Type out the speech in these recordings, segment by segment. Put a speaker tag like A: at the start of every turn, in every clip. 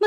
A: 乜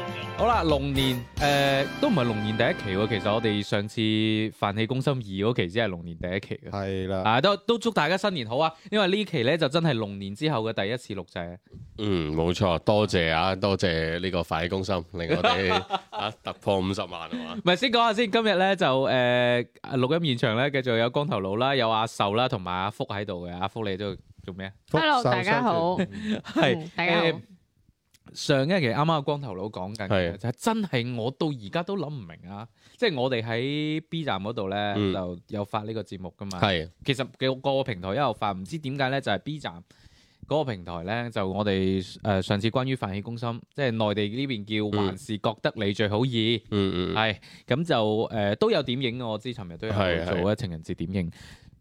B: 影。
C: 好啦，龍年誒、都唔係龍年第一期喎，其實我哋上次《飯氣攻心二》嗰期先係龍年第一期嘅，
D: 系啦，
C: 啊都都祝大家新年好啊！因為呢期咧就真係龍年之後嘅第一次錄製，
D: 嗯，冇錯，多謝啊，多謝呢個快攻心，令 我哋啊突破五十萬啊嘛，
C: 唔係先講下先，今日咧就誒、錄音現場咧，繼續有光頭佬啦，有阿壽啦，同埋阿福喺度嘅，阿福你都做咩啊？
E: Hello，
D: 福壽
E: 大家好
D: 相
C: 係
E: 嗯大家好
C: 誒上一期啱啱光頭佬講緊嘅
D: 係
C: 就係真係我到而家都諗唔明啊！即係我哋喺 B 站嗰度咧
D: 嗯
C: 就有發呢個節目噶嘛。
D: 傳，係
C: 其實嘅個個平台一路發，唔知點解咧，就係、B 站嗰個平台咧，就我哋誒、呃上次關於飯氣攻心，即係內地呢邊叫
D: 嗯
C: 還是覺得你最好意，
D: 嗯嗯嗯，
C: 係咁、就誒、呃都有點映嘅，我知尋日都有
D: 係係
C: 做一情人節點映。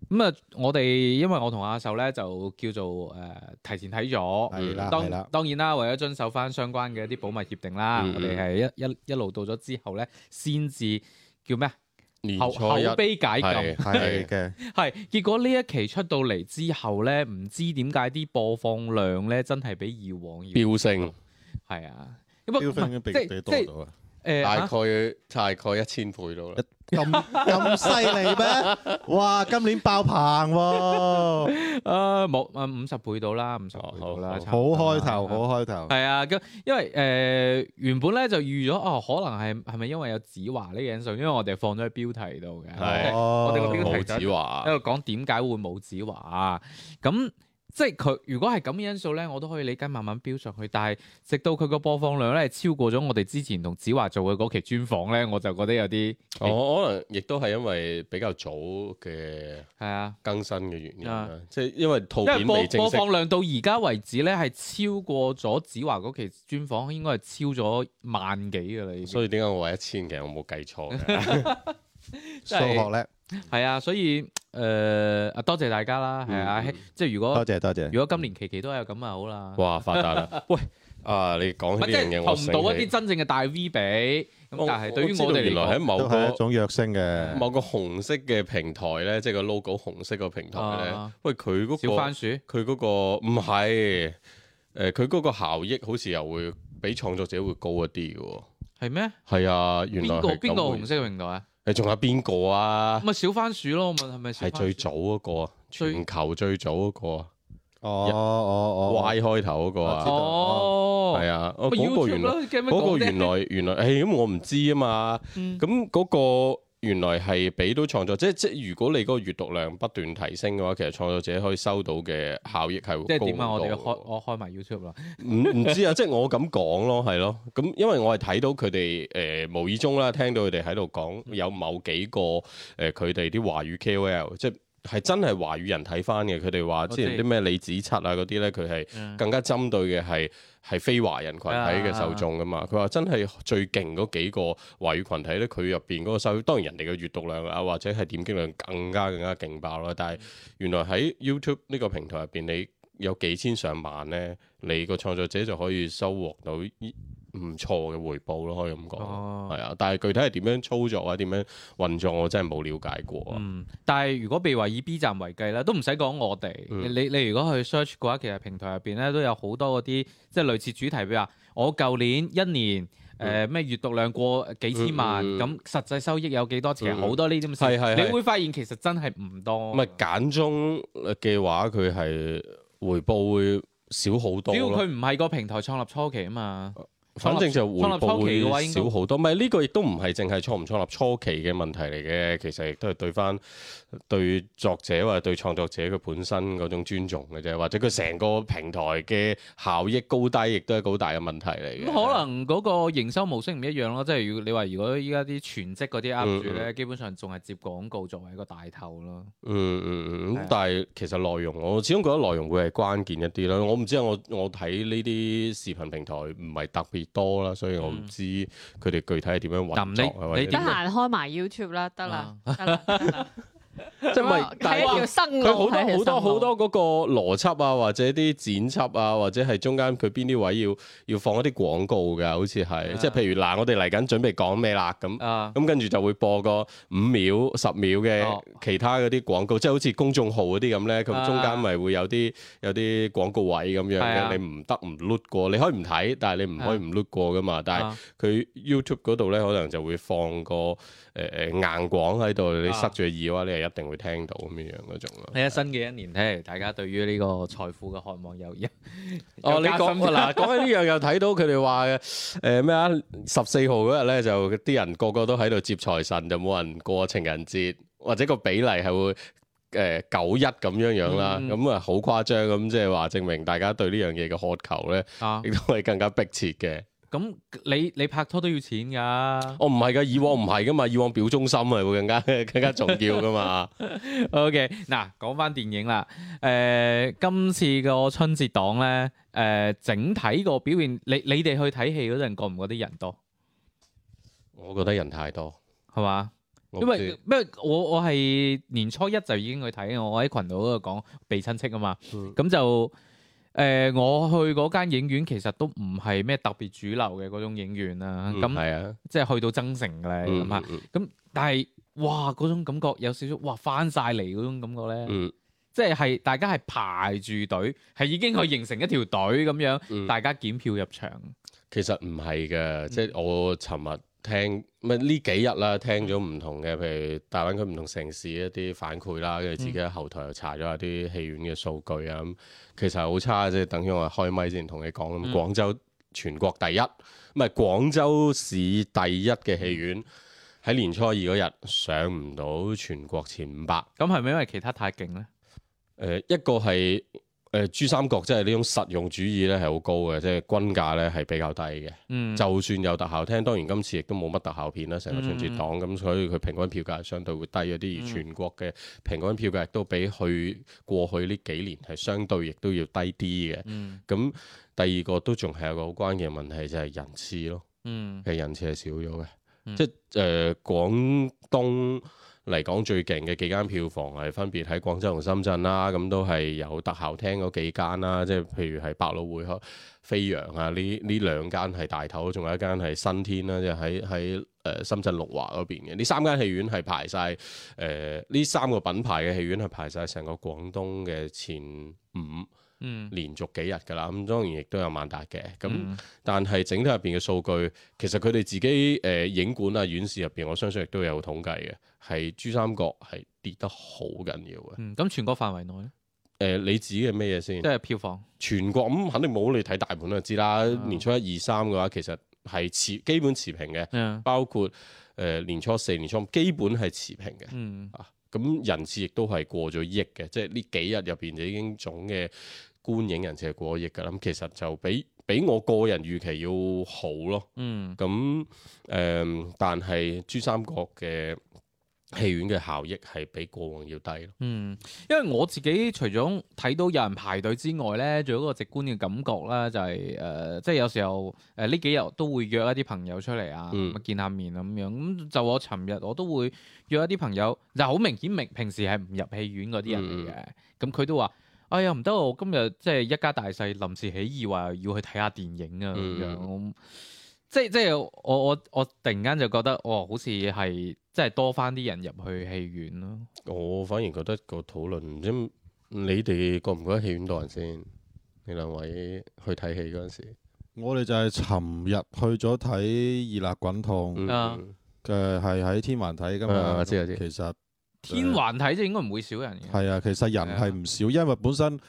C: 咁啊，我哋因為我同阿秀咧就叫做誒、呃提前睇咗，
D: 係啦
C: 當
D: 係啦
C: 當然啦，為咗遵守翻相關嘅一啲保密協定啦，
D: 嗯嗯
C: 我哋係一一一路到咗之後咧，先至叫咩啊
D: 年
C: 口
D: 初一
C: 口碑解禁
D: 係。
F: 係嘅，
C: 係，結果呢一期出到嚟之後咧，唔知點解啲播放量咧真係比以往要
D: 飆升，
C: 係啊，咁啊
F: 標分嘅
C: 唔係即
F: 比比
C: 係
F: 多
C: 即係
F: 咗啊！
C: 誒
D: 大
C: 啊
D: 概大概一千倍到啦，
F: 咁咁犀利 咩？哇！今年爆棚喎，
C: 啊冇啊五十倍到啦，五十倍到啦，
D: 哦好
C: 差
F: 哦好
C: 唔多啦
F: 開頭，好開頭。
C: 係啊，咁因為誒、呃原本咧就預咗哦，可能係係咪因為有子華呢個因素，因為我哋放咗喺標題度啊嘅，
D: 係
F: 哦
C: 我哋個標
D: 冇
C: 題就
D: 子華
C: 喺度講點解會冇子華，咁即係佢如果係咁嘅因素咧，我都可以理解慢慢飆上去。但係直到佢個播放量咧超過咗我哋之前同子華做嘅嗰期專訪咧，我就覺得有啲
D: 我可能亦都係因為比較早嘅
C: 係啊，
D: 更新嘅原因啦
C: 啊，
D: 即係因為套
C: 因
D: 片
C: 為播
D: 未正
C: 播
D: 式，
C: 放量到而家為止咧係超過咗子華嗰期專訪，應該係超咗萬幾㗎啦已經。
D: 所以點解我話一千嘅，我冇計錯嘅，
F: 數學咧，
C: 係啊，所以誒、呃啊多謝大家啦，係啊，
D: 嗯
C: 即係如果
F: 多謝多謝。
C: 如果今年期期都有咁啊，好啦。
D: 哇發達啦，喂啊你講
C: 唔係
D: 起
C: 即
D: 呢樣
C: 係
D: 嘢，我
C: 投唔到一
D: 醒
C: 啲
D: 起
C: 真正嘅大 V 比，咁但係對於
D: 知道
C: 我哋嚟
D: 原來喺
C: 講，
D: 某
F: 都係一
D: 個
F: 種躍升嘅，
D: 某個紅色嘅平台咧，即係個 logo 紅色個平台咧，
C: 啊
D: 喂佢嗰、
C: 小番薯
D: 個佢嗰、個唔係誒，佢嗰個效益好似又會比創作者會高一啲嘅喎。
C: 係咩？
D: 係啊，原來
C: 邊個
D: 係
C: 邊個紅
D: 咁
C: 色嘅平台啊？
D: 嘅。誒，仲有邊個啊？
C: 咪小番薯咯，咪係咪小
D: 係
C: 番薯？
D: 最早嗰個啊，
C: 最
D: 全球最早嗰個啊
F: 哦哦哦，
D: ，Y 開頭嗰個
F: 我知
D: 啊，
C: 哦，
D: 係啊，哦
C: 咪
D: 嗰個
C: YouTube
D: 原來
C: 咯，驚咩
D: 嗰個
C: 講啫
D: 原來原來，誒咁我唔知啊嘛。
C: 嗯
D: 咁嗰個原來係俾到創作，即即如果你嗰個閱讀量不斷提升嘅話，其實創作者可以收到嘅效益係
C: 即
D: 會
C: 係
D: 高
C: 點啊？
D: 好
C: 我
D: 多
C: 哋要
D: 嘅
C: 開
D: 喎。
C: 我開埋 YouTube 啦。
D: 唔唔 知啊，即係我咁講咯，係咯。咁因為我係睇到佢哋誒無意中啦，聽到佢哋喺度
C: 嗯
D: 講有某幾個誒佢哋啲華語 KOL，即係係真係華語人睇翻嘅。佢哋話之前
C: 我知
D: 啲咩李子柒啊嗰啲咧，佢係。
C: 嗯啊
D: 更加針對嘅係係非華人群體嘅受眾噶嘛。佢話真係最勁嗰幾個華語群體咧，佢入邊嗰個收，當然人哋嘅閱讀量啊，或者係點擊量更加更加勁爆啦。
C: 嗯
D: 但係原來喺 YouTube 呢個平台入邊，你有幾千上萬咧，你個創作者就可以收穫到依唔錯嘅回報咯，可以咁講。
C: 哦
D: 係啊，但係具體係點樣操作啊，點樣運作，我真係冇了解過啊。
C: 嗯，但係如果譬如話以 B 站為計啦，都唔使講我哋，
D: 嗯
C: 你你如果去 search 嘅話，其實平台入邊咧都有好多嗰啲即係類似主題，譬如話我舊年一年誒咩閱讀量過幾千萬，
D: 嗯嗯嗯
C: 咁、實際收益有幾多？其實
D: 嗯
C: 好多呢啲咁嘅事，
D: 係係係
C: 你會發現其實真係唔多。
D: 唔係簡啊中嘅話，佢係回報會少好多
C: 主要
D: 咯
C: 佢。唔係個平台創立初期啊嘛，
D: 反正就回報會少好多，唔係呢個亦都唔係淨係創唔創立初期嘅問題嚟嘅，其實亦都係對翻對作者或者對創作者佢本身嗰種尊重嘅啫，或者佢成個平台嘅效益高低，亦都係一個好大嘅問題嚟嘅。
C: 咁可能嗰個營收模式唔一樣咯，即係如果你話如果依家啲全職嗰啲 up 主咧，基本上仲係接廣告作為一個大頭咯。
D: 嗯嗯嗯，
C: 係啊
D: 咁但係其實內容我始終覺得內容會係關鍵一啲啦。我唔知啊，我我睇呢啲視頻平台唔係特別多啦，所以我唔
C: 嗯
D: 知佢哋具體係點樣運
C: 嗱
D: 作
C: 你
D: 啊或者
C: 你
D: 點
E: 得
D: 樣
E: 閒開埋 YouTube 啦，得啦，得啦，得啦
D: 即係咪
B: 哇？
D: 但
B: 係一條
D: 係
C: 嗯
B: 生路，
D: 佢好多
B: 係一條
D: 好多
B: 生
D: 好
B: 路
D: 多嗰個邏輯啊，或者啲剪輯啊，或者係中間佢邊啲位要要放一啲廣告㗎，好似係，即係譬如嗱，我哋嚟緊準備講咩啦咁。
C: 啊，
D: 咁跟住就會播個五秒、十秒嘅
C: 哦
D: 其他嗰啲廣告，即係好似公眾號嗰啲咁咧，咁
C: 啊
D: 中間咪會有啲有啲廣告位咁樣
C: 係啊
D: 嘅，你唔得唔碌過，你可以唔睇，但係你唔可以唔碌過噶嘛。但係
C: 啊
D: 佢 YouTube 嗰度咧，可能就會放個誒誒硬廣喺度，你
C: 啊
D: 塞住耳嘅話，你係一定會聽到咁樣樣嗰種咯。
C: 喺啊新嘅一年，睇嚟大家對於呢個財富嘅渴望又 一
D: 哦，
C: 又
D: 你
C: 加
D: 講
C: 深咗
D: 嗱，講起呢樣又睇到佢哋話嘅誒咩啊？十四號嗰日咧，就啲人個個都喺度接財神，就冇人過情人節，或者個比例係會誒九一咁樣樣啦。
C: 嗯
D: 咁啊，好誇張咁，即係話證明大家對呢樣嘢嘅渴求咧，
C: 啊
D: 亦，都係更加迫切嘅。哦
C: 咁你你拍拖都要錢㗎。
D: 我唔係噶，以往唔係噶嘛，以往表忠心係會更加更加重要噶嘛。
C: O K，嗱，講翻電影啦，誒、今次個春節檔咧，誒、整體個表現，你你哋去睇戲嗰陣，覺唔覺得人多？
D: 我覺得人太多，
C: 係嘛？
D: 我
C: 因
D: 唔知
C: 為咩？我我係年初一就已經去睇，我喺群組嗰度講避親戚啊嘛，
D: 嗯
C: 咁、就誒、我去嗰間影院其實都唔係咩特別主流嘅嗰種影院啦，
D: 嗯
C: 咁、
D: 係啊，
C: 即係去到增城嘅咧，
D: 嗯
C: 咁啊、
D: 嗯
C: 但係哇嗰種感覺有少少哇翻晒嚟嗰種感覺咧。
D: 嗯
C: 即係大家係排住隊，係已經去形成一條隊咁樣，
D: 嗯
C: 大家檢票入場。
D: 其實唔係嘅，即係我尋日聽，唔係呢幾日啦，聽咗唔同嘅，譬如大灣區唔同城市一啲反饋啦，跟住自己喺後台又查咗下啲戲院嘅數據啊，咁其實係好差，即係等於我開咪先同你講咁，
C: 嗯
D: 廣州全國第一，唔係廣州市第一嘅戲院喺年初二嗰日上唔到全國前五百。
C: 咁係咪因為其他太勁呢？
D: 誒、一個係誒、珠三角，即係呢種實用主義咧係好高嘅，即係均價咧係比較低嘅。
C: 嗯，
D: 就算有特效廳，當然今次亦都冇乜特效片啦，成個春節
C: 嗯
D: 檔咁，所以佢平均票價相對會低一啲，而全國嘅平均票價亦都比去過去呢幾年係相對亦都要低啲嘅。
C: 嗯
D: 咁第二個都仲係有個好關鍵嘅問題就係人次咯，
C: 嗯
D: 其實人次係少咗嘅，
C: 嗯
D: 即係誒、呃、廣東。嚟講最勁嘅幾間票房係分別喺廣州同深圳啦，咁都係有特效廳嗰幾間啦，即係譬如係百老匯、飛揚啊，呢呢兩間係大頭，仲有一間係新天啦，即係喺喺誒深圳綠華嗰邊嘅。呢三間戲院係排晒誒呢三個品牌嘅戲院係排晒成個廣東嘅前五，
C: 嗯
D: 連續幾日㗎啦。咁當然亦都有萬達嘅咁。
C: 嗯
D: 但係整體入邊嘅數據，其實佢哋自己誒、呃影館啊、院士入邊，我相信亦都有統計嘅，係珠三角係跌得好緊要嘅。誒、呃
C: 嗯，咁全國範圍內呢，
D: 你指嘅咩嘢先
C: 即？係啊票房。
D: 全國咁、肯定冇你睇大盤就知啦。年初一二三嘅話，其實係持基本持平嘅，
C: 嗯
D: 包括誒、呃年初四、年初五，基本係持平嘅。
C: 嗯
D: 啊，咁人次亦都係過咗億嘅，即係呢幾日入邊就已經總嘅觀影人次係過億㗎啦。咁其實就比比我個人預期要好咯。
C: 嗯
D: 咁誒、嗯但係珠三角嘅戲院嘅效益係比過往要低咯。
C: 嗯，因為我自己除咗睇到有人排隊之外呢，仲有一個直觀嘅感覺啦，就係、呃即係有時候誒呢、幾日都會約一啲朋友出嚟啊，
D: 嗯
C: 咁啊見下面啊咁樣。咁就我尋日我都會約一啲朋友，就好明顯明平時係唔入戲院嗰啲人
D: 嗯
C: 嚟嘅，咁佢、都話：哎呀唔得喎，我今日即係一家大細臨時起意話要去睇下電影啊
D: 嗯
C: 咁樣。咁即係即係我我我突然間就覺得，哦，好似係即係多翻啲人入去戲院咯。
D: 我反而覺得個討論，唔知你哋覺唔覺得戲院多人先？你兩位去睇戲嗰陣時，
F: 我哋就係尋日去咗睇《熱辣滾燙》，
D: 嗯
C: 啊
F: 嘅係喺天環睇噶
D: 啊
F: 嘛。
D: 我知我知
F: 其實
C: 天環睇就應該唔會少人嘅。
F: 係啊，其實人係唔少，因為本身誒、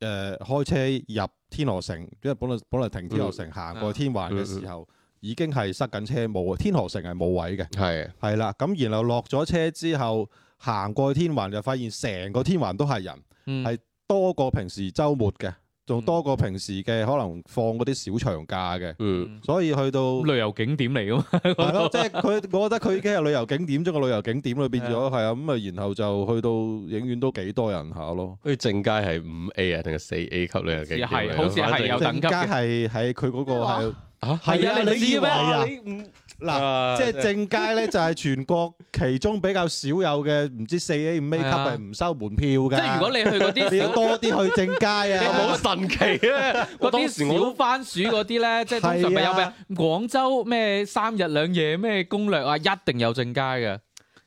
F: 呃、開車入天河城，因為本來本來停天河城行過天環嘅時候，已經係塞緊車冇，天河城係冇位嘅，
D: 係
F: 嗯係啦。咁然後落咗車之後，行過去天環就發現成個天環都係人，
C: 嗯
F: 係多過平時週末嘅，仲多過平時嘅可能放嗰啲小長假嘅，
D: 嗯
F: 所以去到
C: 咁旅遊景點嚟噶嘛。
F: 係咯，即係佢，我覺得佢已經係旅遊景點中嘅旅遊景點裏變咗，係啊，咁啊，然後就去到影院都幾多人下咯。
D: 好似正佳係五 A 啊定係四 A 級旅遊景點
C: 好似係
D: 嚟㗎
C: 好似係
D: 反正
C: 有等級嘅
F: 正佳係喺佢嗰個係
D: 啊
F: 係
C: 啊你知咩
F: 係啊
C: 你唔
F: 嗱，即係正街咧，就係全國其中比較少有嘅，唔知四 A 五 A 級
C: 係啊
F: 係唔收門票嘅。
C: 即係如果你去嗰啲
F: 你要多啲去正街
D: 有
F: 啊！
D: 冇神 奇咧？
C: 嗰
D: 我當時
C: 啲
D: 我
C: 小
D: 都
C: 番薯嗰啲咧，即係通常咪有
F: 係啊
C: 咩廣州咩三日兩夜咩攻略啊，一定有正街嘅，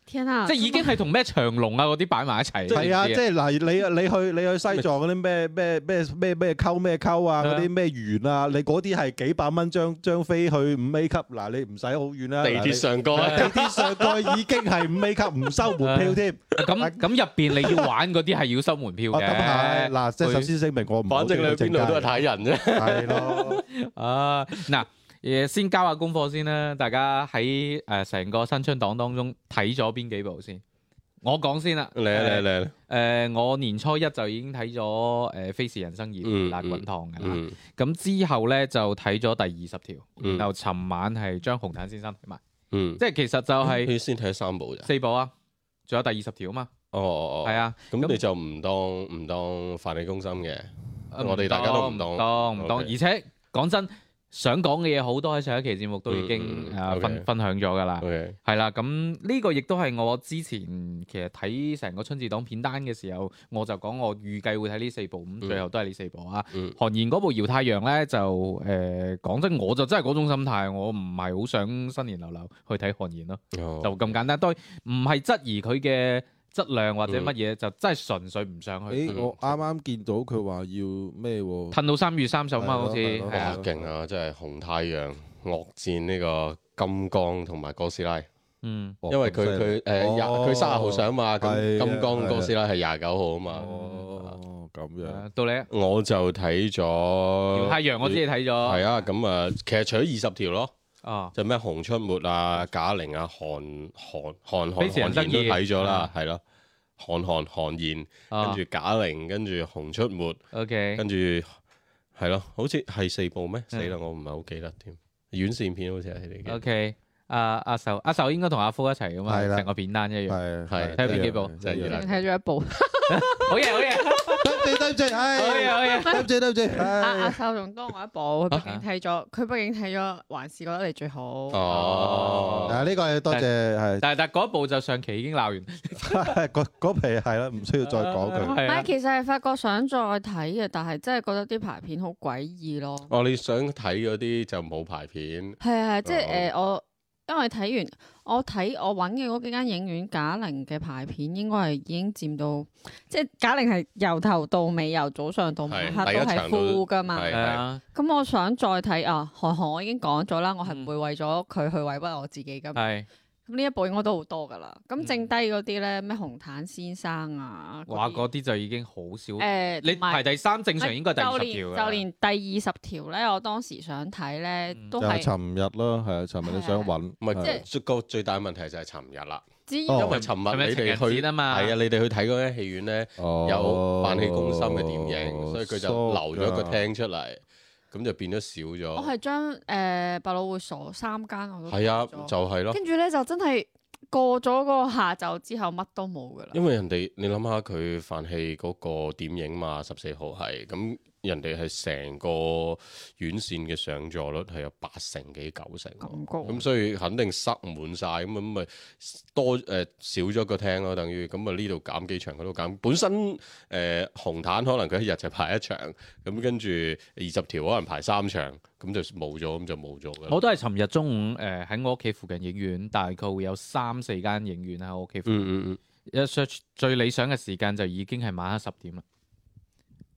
B: 天啊！
C: 即係已經係同咩長隆啊嗰啲擺埋一齊。
F: 係啊，
C: 你
F: 即
C: 知
F: 係嗱，你你去你去西藏嗰啲咩咩咩咩咩溝咩溝啊，
C: 係啊
F: 嗰啲咩園啊，你嗰啲係幾百蚊張張飛去五 A 級，嗱你唔使好遠啦，
D: 地
F: 嗱
D: 鐵
F: 你
D: 上啊
C: 啊
D: 蓋，
F: 地鐵上蓋已經係五 A 級唔收門 票添。
C: 咁咁入邊你要玩嗰啲係要收門票
F: 哦， 咁係
C: 嘅。
F: 嗱，即係首先聲明我唔係好
D: 反正你去邊度都係睇人啫。
F: 係咯，
C: 啊，嗱。誒先交下功課先啦，大家喺誒成個新春檔當中睇咗邊幾部先？我講先啦，
D: 嚟啊嚟啊嚟啊！
C: 誒、呃我年初一就已經睇咗誒《飛士人生二》
D: 嗯
C: 辣滾燙嘅啦，
D: 嗯
C: 咁、之後咧就睇咗第二十條，
D: 嗯
C: 然後尋晚係張紅毯先生睇埋，
D: 嗯，
C: 即係其實就係
D: 你先睇三部咋？
C: 四部啊，仲有第二十條啊嘛，
D: 哦哦哦，
C: 係、啊，
D: 咁你就唔當唔當飯氣攻心嘅，
C: 呃
D: 我哋大家都唔當
C: 唔當唔當，而
D: OK
C: 且講真，想講嘅嘢好多喺上一期節目都已經
D: 嗯嗯
C: 誒
D: OK
C: 分分享咗㗎啦。
D: OK，
C: 係啦，咁呢個亦都係我之前其實睇成個春節檔片單嘅時候，我就講我預計會睇呢四部，咁最後都係呢四部啊。
D: 嗯
C: 韓延嗰部《搖太陽》咧就誒講、真，我就真係嗰種心態，我唔係好想新年流流去睇韓延咯，
D: 哦
C: 就咁簡單。當然唔係質疑佢嘅質量或者乜嘢，就真係純粹唔想去。
F: 誒我啱啱見到佢話要咩喎？
C: 褪到三月三十啊嘛，
F: 係咯
C: 好似
F: 係咯
C: 係啊
D: 哇，勁啊！真係紅太陽、惡戰呢個金剛同埋哥斯拉，
C: 嗯，
D: 因為佢佢
C: 哦
D: 誒廿佢三十號上嘛，
F: 係
D: 咁
F: 啊
D: 金
F: 係
D: 剛
F: 啊
D: 哥斯拉係廿九號啊嘛。
F: 哦咁樣，
C: 誒到你啊，
D: 我就睇
C: 《
D: 咗
C: 搖太陽》
D: 係
C: 我自己睇咗，
D: 啊，咁啊，其實除咗二十條咯，
C: 啊，
D: 就咩熊出沒啊、賈玲啊、韓韓韓
C: 非
D: 韓
C: 常
D: 韓
C: 得
D: 言都
C: 意
D: 睇咗啦，係咯，韓韓韓言，跟
C: 啊
D: 住賈玲，跟住熊出沒。
C: ，OK，
D: 跟住係咯，好似係四部咩？死
C: 嗯
D: 啦，我唔係好記得添。院線片好似係你嘅，
C: OK，阿阿壽阿壽應該同阿夫一齊噶嘛，
F: 係啦
C: 成個片單一樣。
F: 係
D: 係
C: 睇下邊幾部
D: 真係
B: 淨
D: 要
B: 係睇咗一部。
C: 好嘢，好嘢，
F: 對唔住對唔住，
C: 好嘢，
F: 唉，
C: 好嘢。
F: 對唔住對唔住，
B: 阿
F: 唉
B: 阿秀仲多我一部，佢畢竟睇咗，佢畢竟睇咗，還是覺得你最好。
D: 啊哦，
F: 嗱呢個係多謝係
C: 但係但係嗰一部就上期已經鬧完，
F: 嗰嗰皮係啦，唔需要再講佢。
B: 唔
C: 係
B: 係，
C: 啊
B: 其實係發覺想再睇嘅，但係真係覺得啲排片好詭異咯。
D: 哦，你想睇嗰啲就冇排片，
B: 係啊，係啊即係
D: 哦
B: 诶，呃我因為睇完我睇我揾嘅嗰幾間影院，贾玲嘅排片應該係已經佔到，即係贾玲係由頭到尾，由早上到晚
D: 係
B: 黑
D: 第一
B: 都
D: 場
B: 哦係
D: 都
B: full 噶嘛。
D: 係
C: 係啊，
B: 咁我想再睇啊，韓寒我已經講咗啦，我係
C: 嗯
B: 唔會為咗佢去委屈我自己噶嘛。
C: 係
B: 咁呢一部應該都好多噶啦。
C: 嗯
B: 咁剩低嗰啲咧，咩紅毯先生啊，
C: 哇，嗰
B: 嗰
C: 啲就已經好少
B: 啲。誒，
C: 你
B: 同埋
C: 排第三正常應該係第二十
B: 就
C: 條
B: 連
C: 㗎
B: 就
C: 啦。
B: 連第二十條咧，我當時想睇咧
C: 嗯，
B: 都
F: 就係
B: 係
F: 尋日咯，係啊，尋日你想揾，
D: 唔係
B: 即係
D: 最個最大問題就係尋日啦，
B: 只要
F: 哦
D: 因為尋日你
C: 尋日情
D: 哋
C: 人
D: 去
C: 節啊嘛
D: 係啊，你哋去睇嗰間戲院咧
F: 哦
D: 有泛氣攻心嘅電影，所以佢就留咗個。
F: 疏㗎
D: 廳出嚟，咁就變咗少
B: 我
D: 咗。
B: 哦係將誒百老匯所三間我都
D: 係啊，
B: 睇咗
D: 就係咯。
B: 跟住咧就真係過咗個下晝之後，乜都冇噶啦。
D: 因為人哋你諗下佢飯戲嗰個點映嘛，十四號係咁，人哋係成個院線嘅上座率係有八成幾九成喎，
B: 咁高
D: 咁所以肯定塞滿晒，咁咁咪多誒、呃少咗個廳咯，等於咁啊呢度減幾場，嗰度減。本身誒、呃、紅毯可能佢一日就排一場，咁跟住二十條可能排三場，咁就冇咗，咁就冇咗㗎啦。
C: 我都係尋日中午誒喺我屋企附近影院，大概會有三四間影院喺我屋企附近。
D: 嗯嗯
C: 一 search 最理想嘅時間就已經係晚黑十點啦。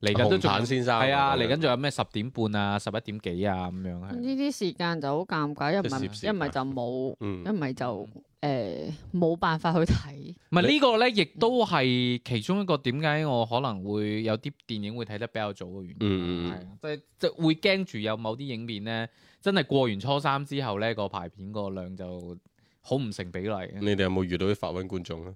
C: 嚟
D: 嗯，
C: 緊都
D: 紅
C: 仲
D: 毯先生
C: 係啊，
D: 咁
C: 嚟
D: 樣
C: 緊仲有咩十點半啊、十一點幾啊咁樣係。
B: 呢啲時間就好尷尬，一唔係
D: 即係攝啊時
B: 一唔係就冇，
D: 嗯
B: 一唔係就誒冇辦法去睇。
C: 唔係呢個咧，亦都係其中一個點解我可能會有啲電影會睇得比較早嘅原因。
D: 嗯嗯嗯
C: 係啊，即係即係會驚住有某啲影片咧，真係過完初三之後咧，個排片個量就好唔成比例嘅。
D: 你哋有冇遇到啲法文觀眾啊咧？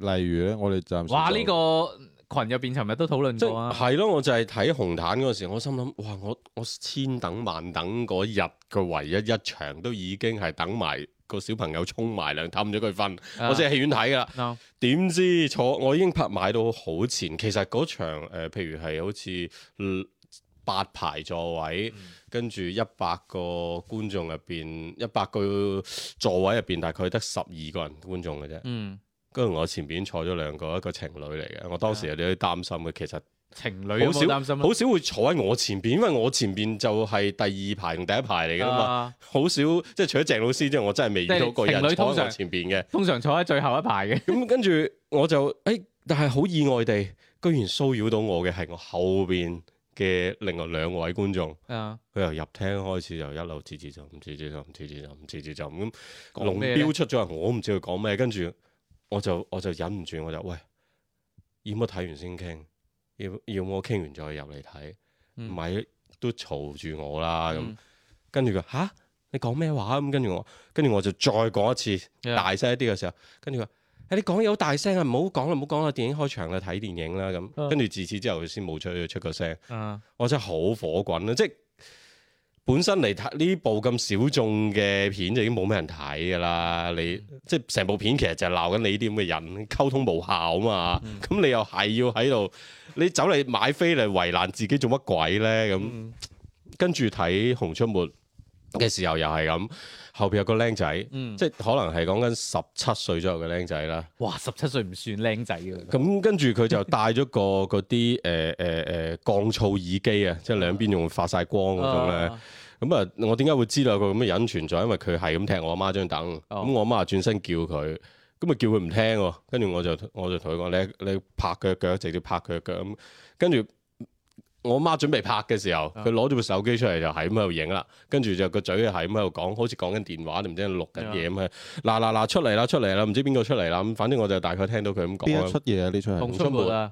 F: 例如咧，我哋暫時
C: 哇！
F: 就
C: 呢、個群入邊尋日都討論
D: 即
C: 過啊，
D: 係咯，我就係睇紅毯嗰時，我心諗，哇！我我千等萬等嗰日嘅唯一一場都已經係等埋個小朋友沖埋涼，氹咗佢瞓，我先喺戲院睇噶啦。
C: 啊
D: 點知坐我已經拍買到好前，其實嗰場、呃、譬如係好似。嗯八排座位，
C: 嗯
D: 跟住一百個觀眾入邊，一百個座位入邊大概得十二個人觀眾嘅啫。
C: 嗯，
D: 跟住我前邊坐咗兩個，一個情侶嚟嘅，我當
C: 啊
D: 時有啲擔心嘅，其實。
C: 情侶有冇
D: 好少
C: 擔心啊
D: 好少會坐喺我前邊，因為我前邊就係第二排同第一排嚟噶嘛，
C: 啊
D: 好少即係除咗鄭老師之外，我真係未遇到過有
C: 即係
D: 人
C: 情侶通
D: 坐喺
C: 常
D: 我前邊嘅。
C: 通常坐喺最後一排嘅，
D: 咁跟住我就誒、哎但係好意外地，居然騷擾到我嘅係我後邊嘅另外兩位觀眾。
C: 啊，
D: 佢由入廳開始就一路吱吱就唔吱吱就唔吱吱就唔吱吱就咁，
C: 講
D: 龍
C: 咩呢
D: 標出咗嚟，我唔知佢講咩，跟住我就我就忍唔住，我就喂，要麼睇完先傾，要要麼傾完再入嚟睇，
C: 嗯
D: 唔係都嘈住我啦啊咁
C: 嗯。
D: 跟住佢吓，你講咩話咁？跟住我，跟住我就再講一次，
C: Yeah
D: 大聲一啲嘅時候，跟住佢話：哎你講嘢好大聲啊！唔好講啦，唔好講啦，電影開場啦，睇電影啦
C: 啊
D: 咁。跟住自此之後，佢先冇出出個聲。
C: 啊，
D: 我真係好火滾啊啦！即係本身嚟睇呢部咁小眾嘅片就已經冇咩人睇噶啦，你即係成部片其實就係鬧緊你呢啲咁嘅人溝通無效啊嘛，咁、你又係要喺度，你走嚟買飛嚟為難自己做乜鬼咧咁？跟住睇《熊出沒》嘅時候又係咁，後邊有個僆仔，
C: 嗯
D: 即係可能係講緊十七歲左右嘅僆仔啦。
C: 哇，十七歲唔算僆仔
D: 啊
C: 嘅，
D: 咁跟住佢就戴咗個 嗰啲誒誒誒降噪耳機啊，即係兩邊仲發晒光嗰種咧。
C: 啊
D: 咁啊，我點解會知道有個咁嘅人存在？因為佢係咁踢我阿媽張凳，咁、
C: 哦
D: 我阿媽轉身叫佢，咁啊咪叫佢唔聽喎。跟住我就我就同佢講：你你拍佢嘅腳，直接拍佢嘅腳咁。跟住我阿媽準備拍嘅時
C: 啊
D: 候，佢攞咗部手機出嚟就係咁喺度影啦。跟住就個嘴係咁喺度講，好似講緊電話定唔知錄緊嘢咁啊！嗱嗱嗱出嚟啦，出嚟啦，唔知邊個出嚟啦咁。反正我就大概聽到佢咁講
F: 邊
D: 啦
F: 一出嘢啊？呢出係
C: 熊出沒啊，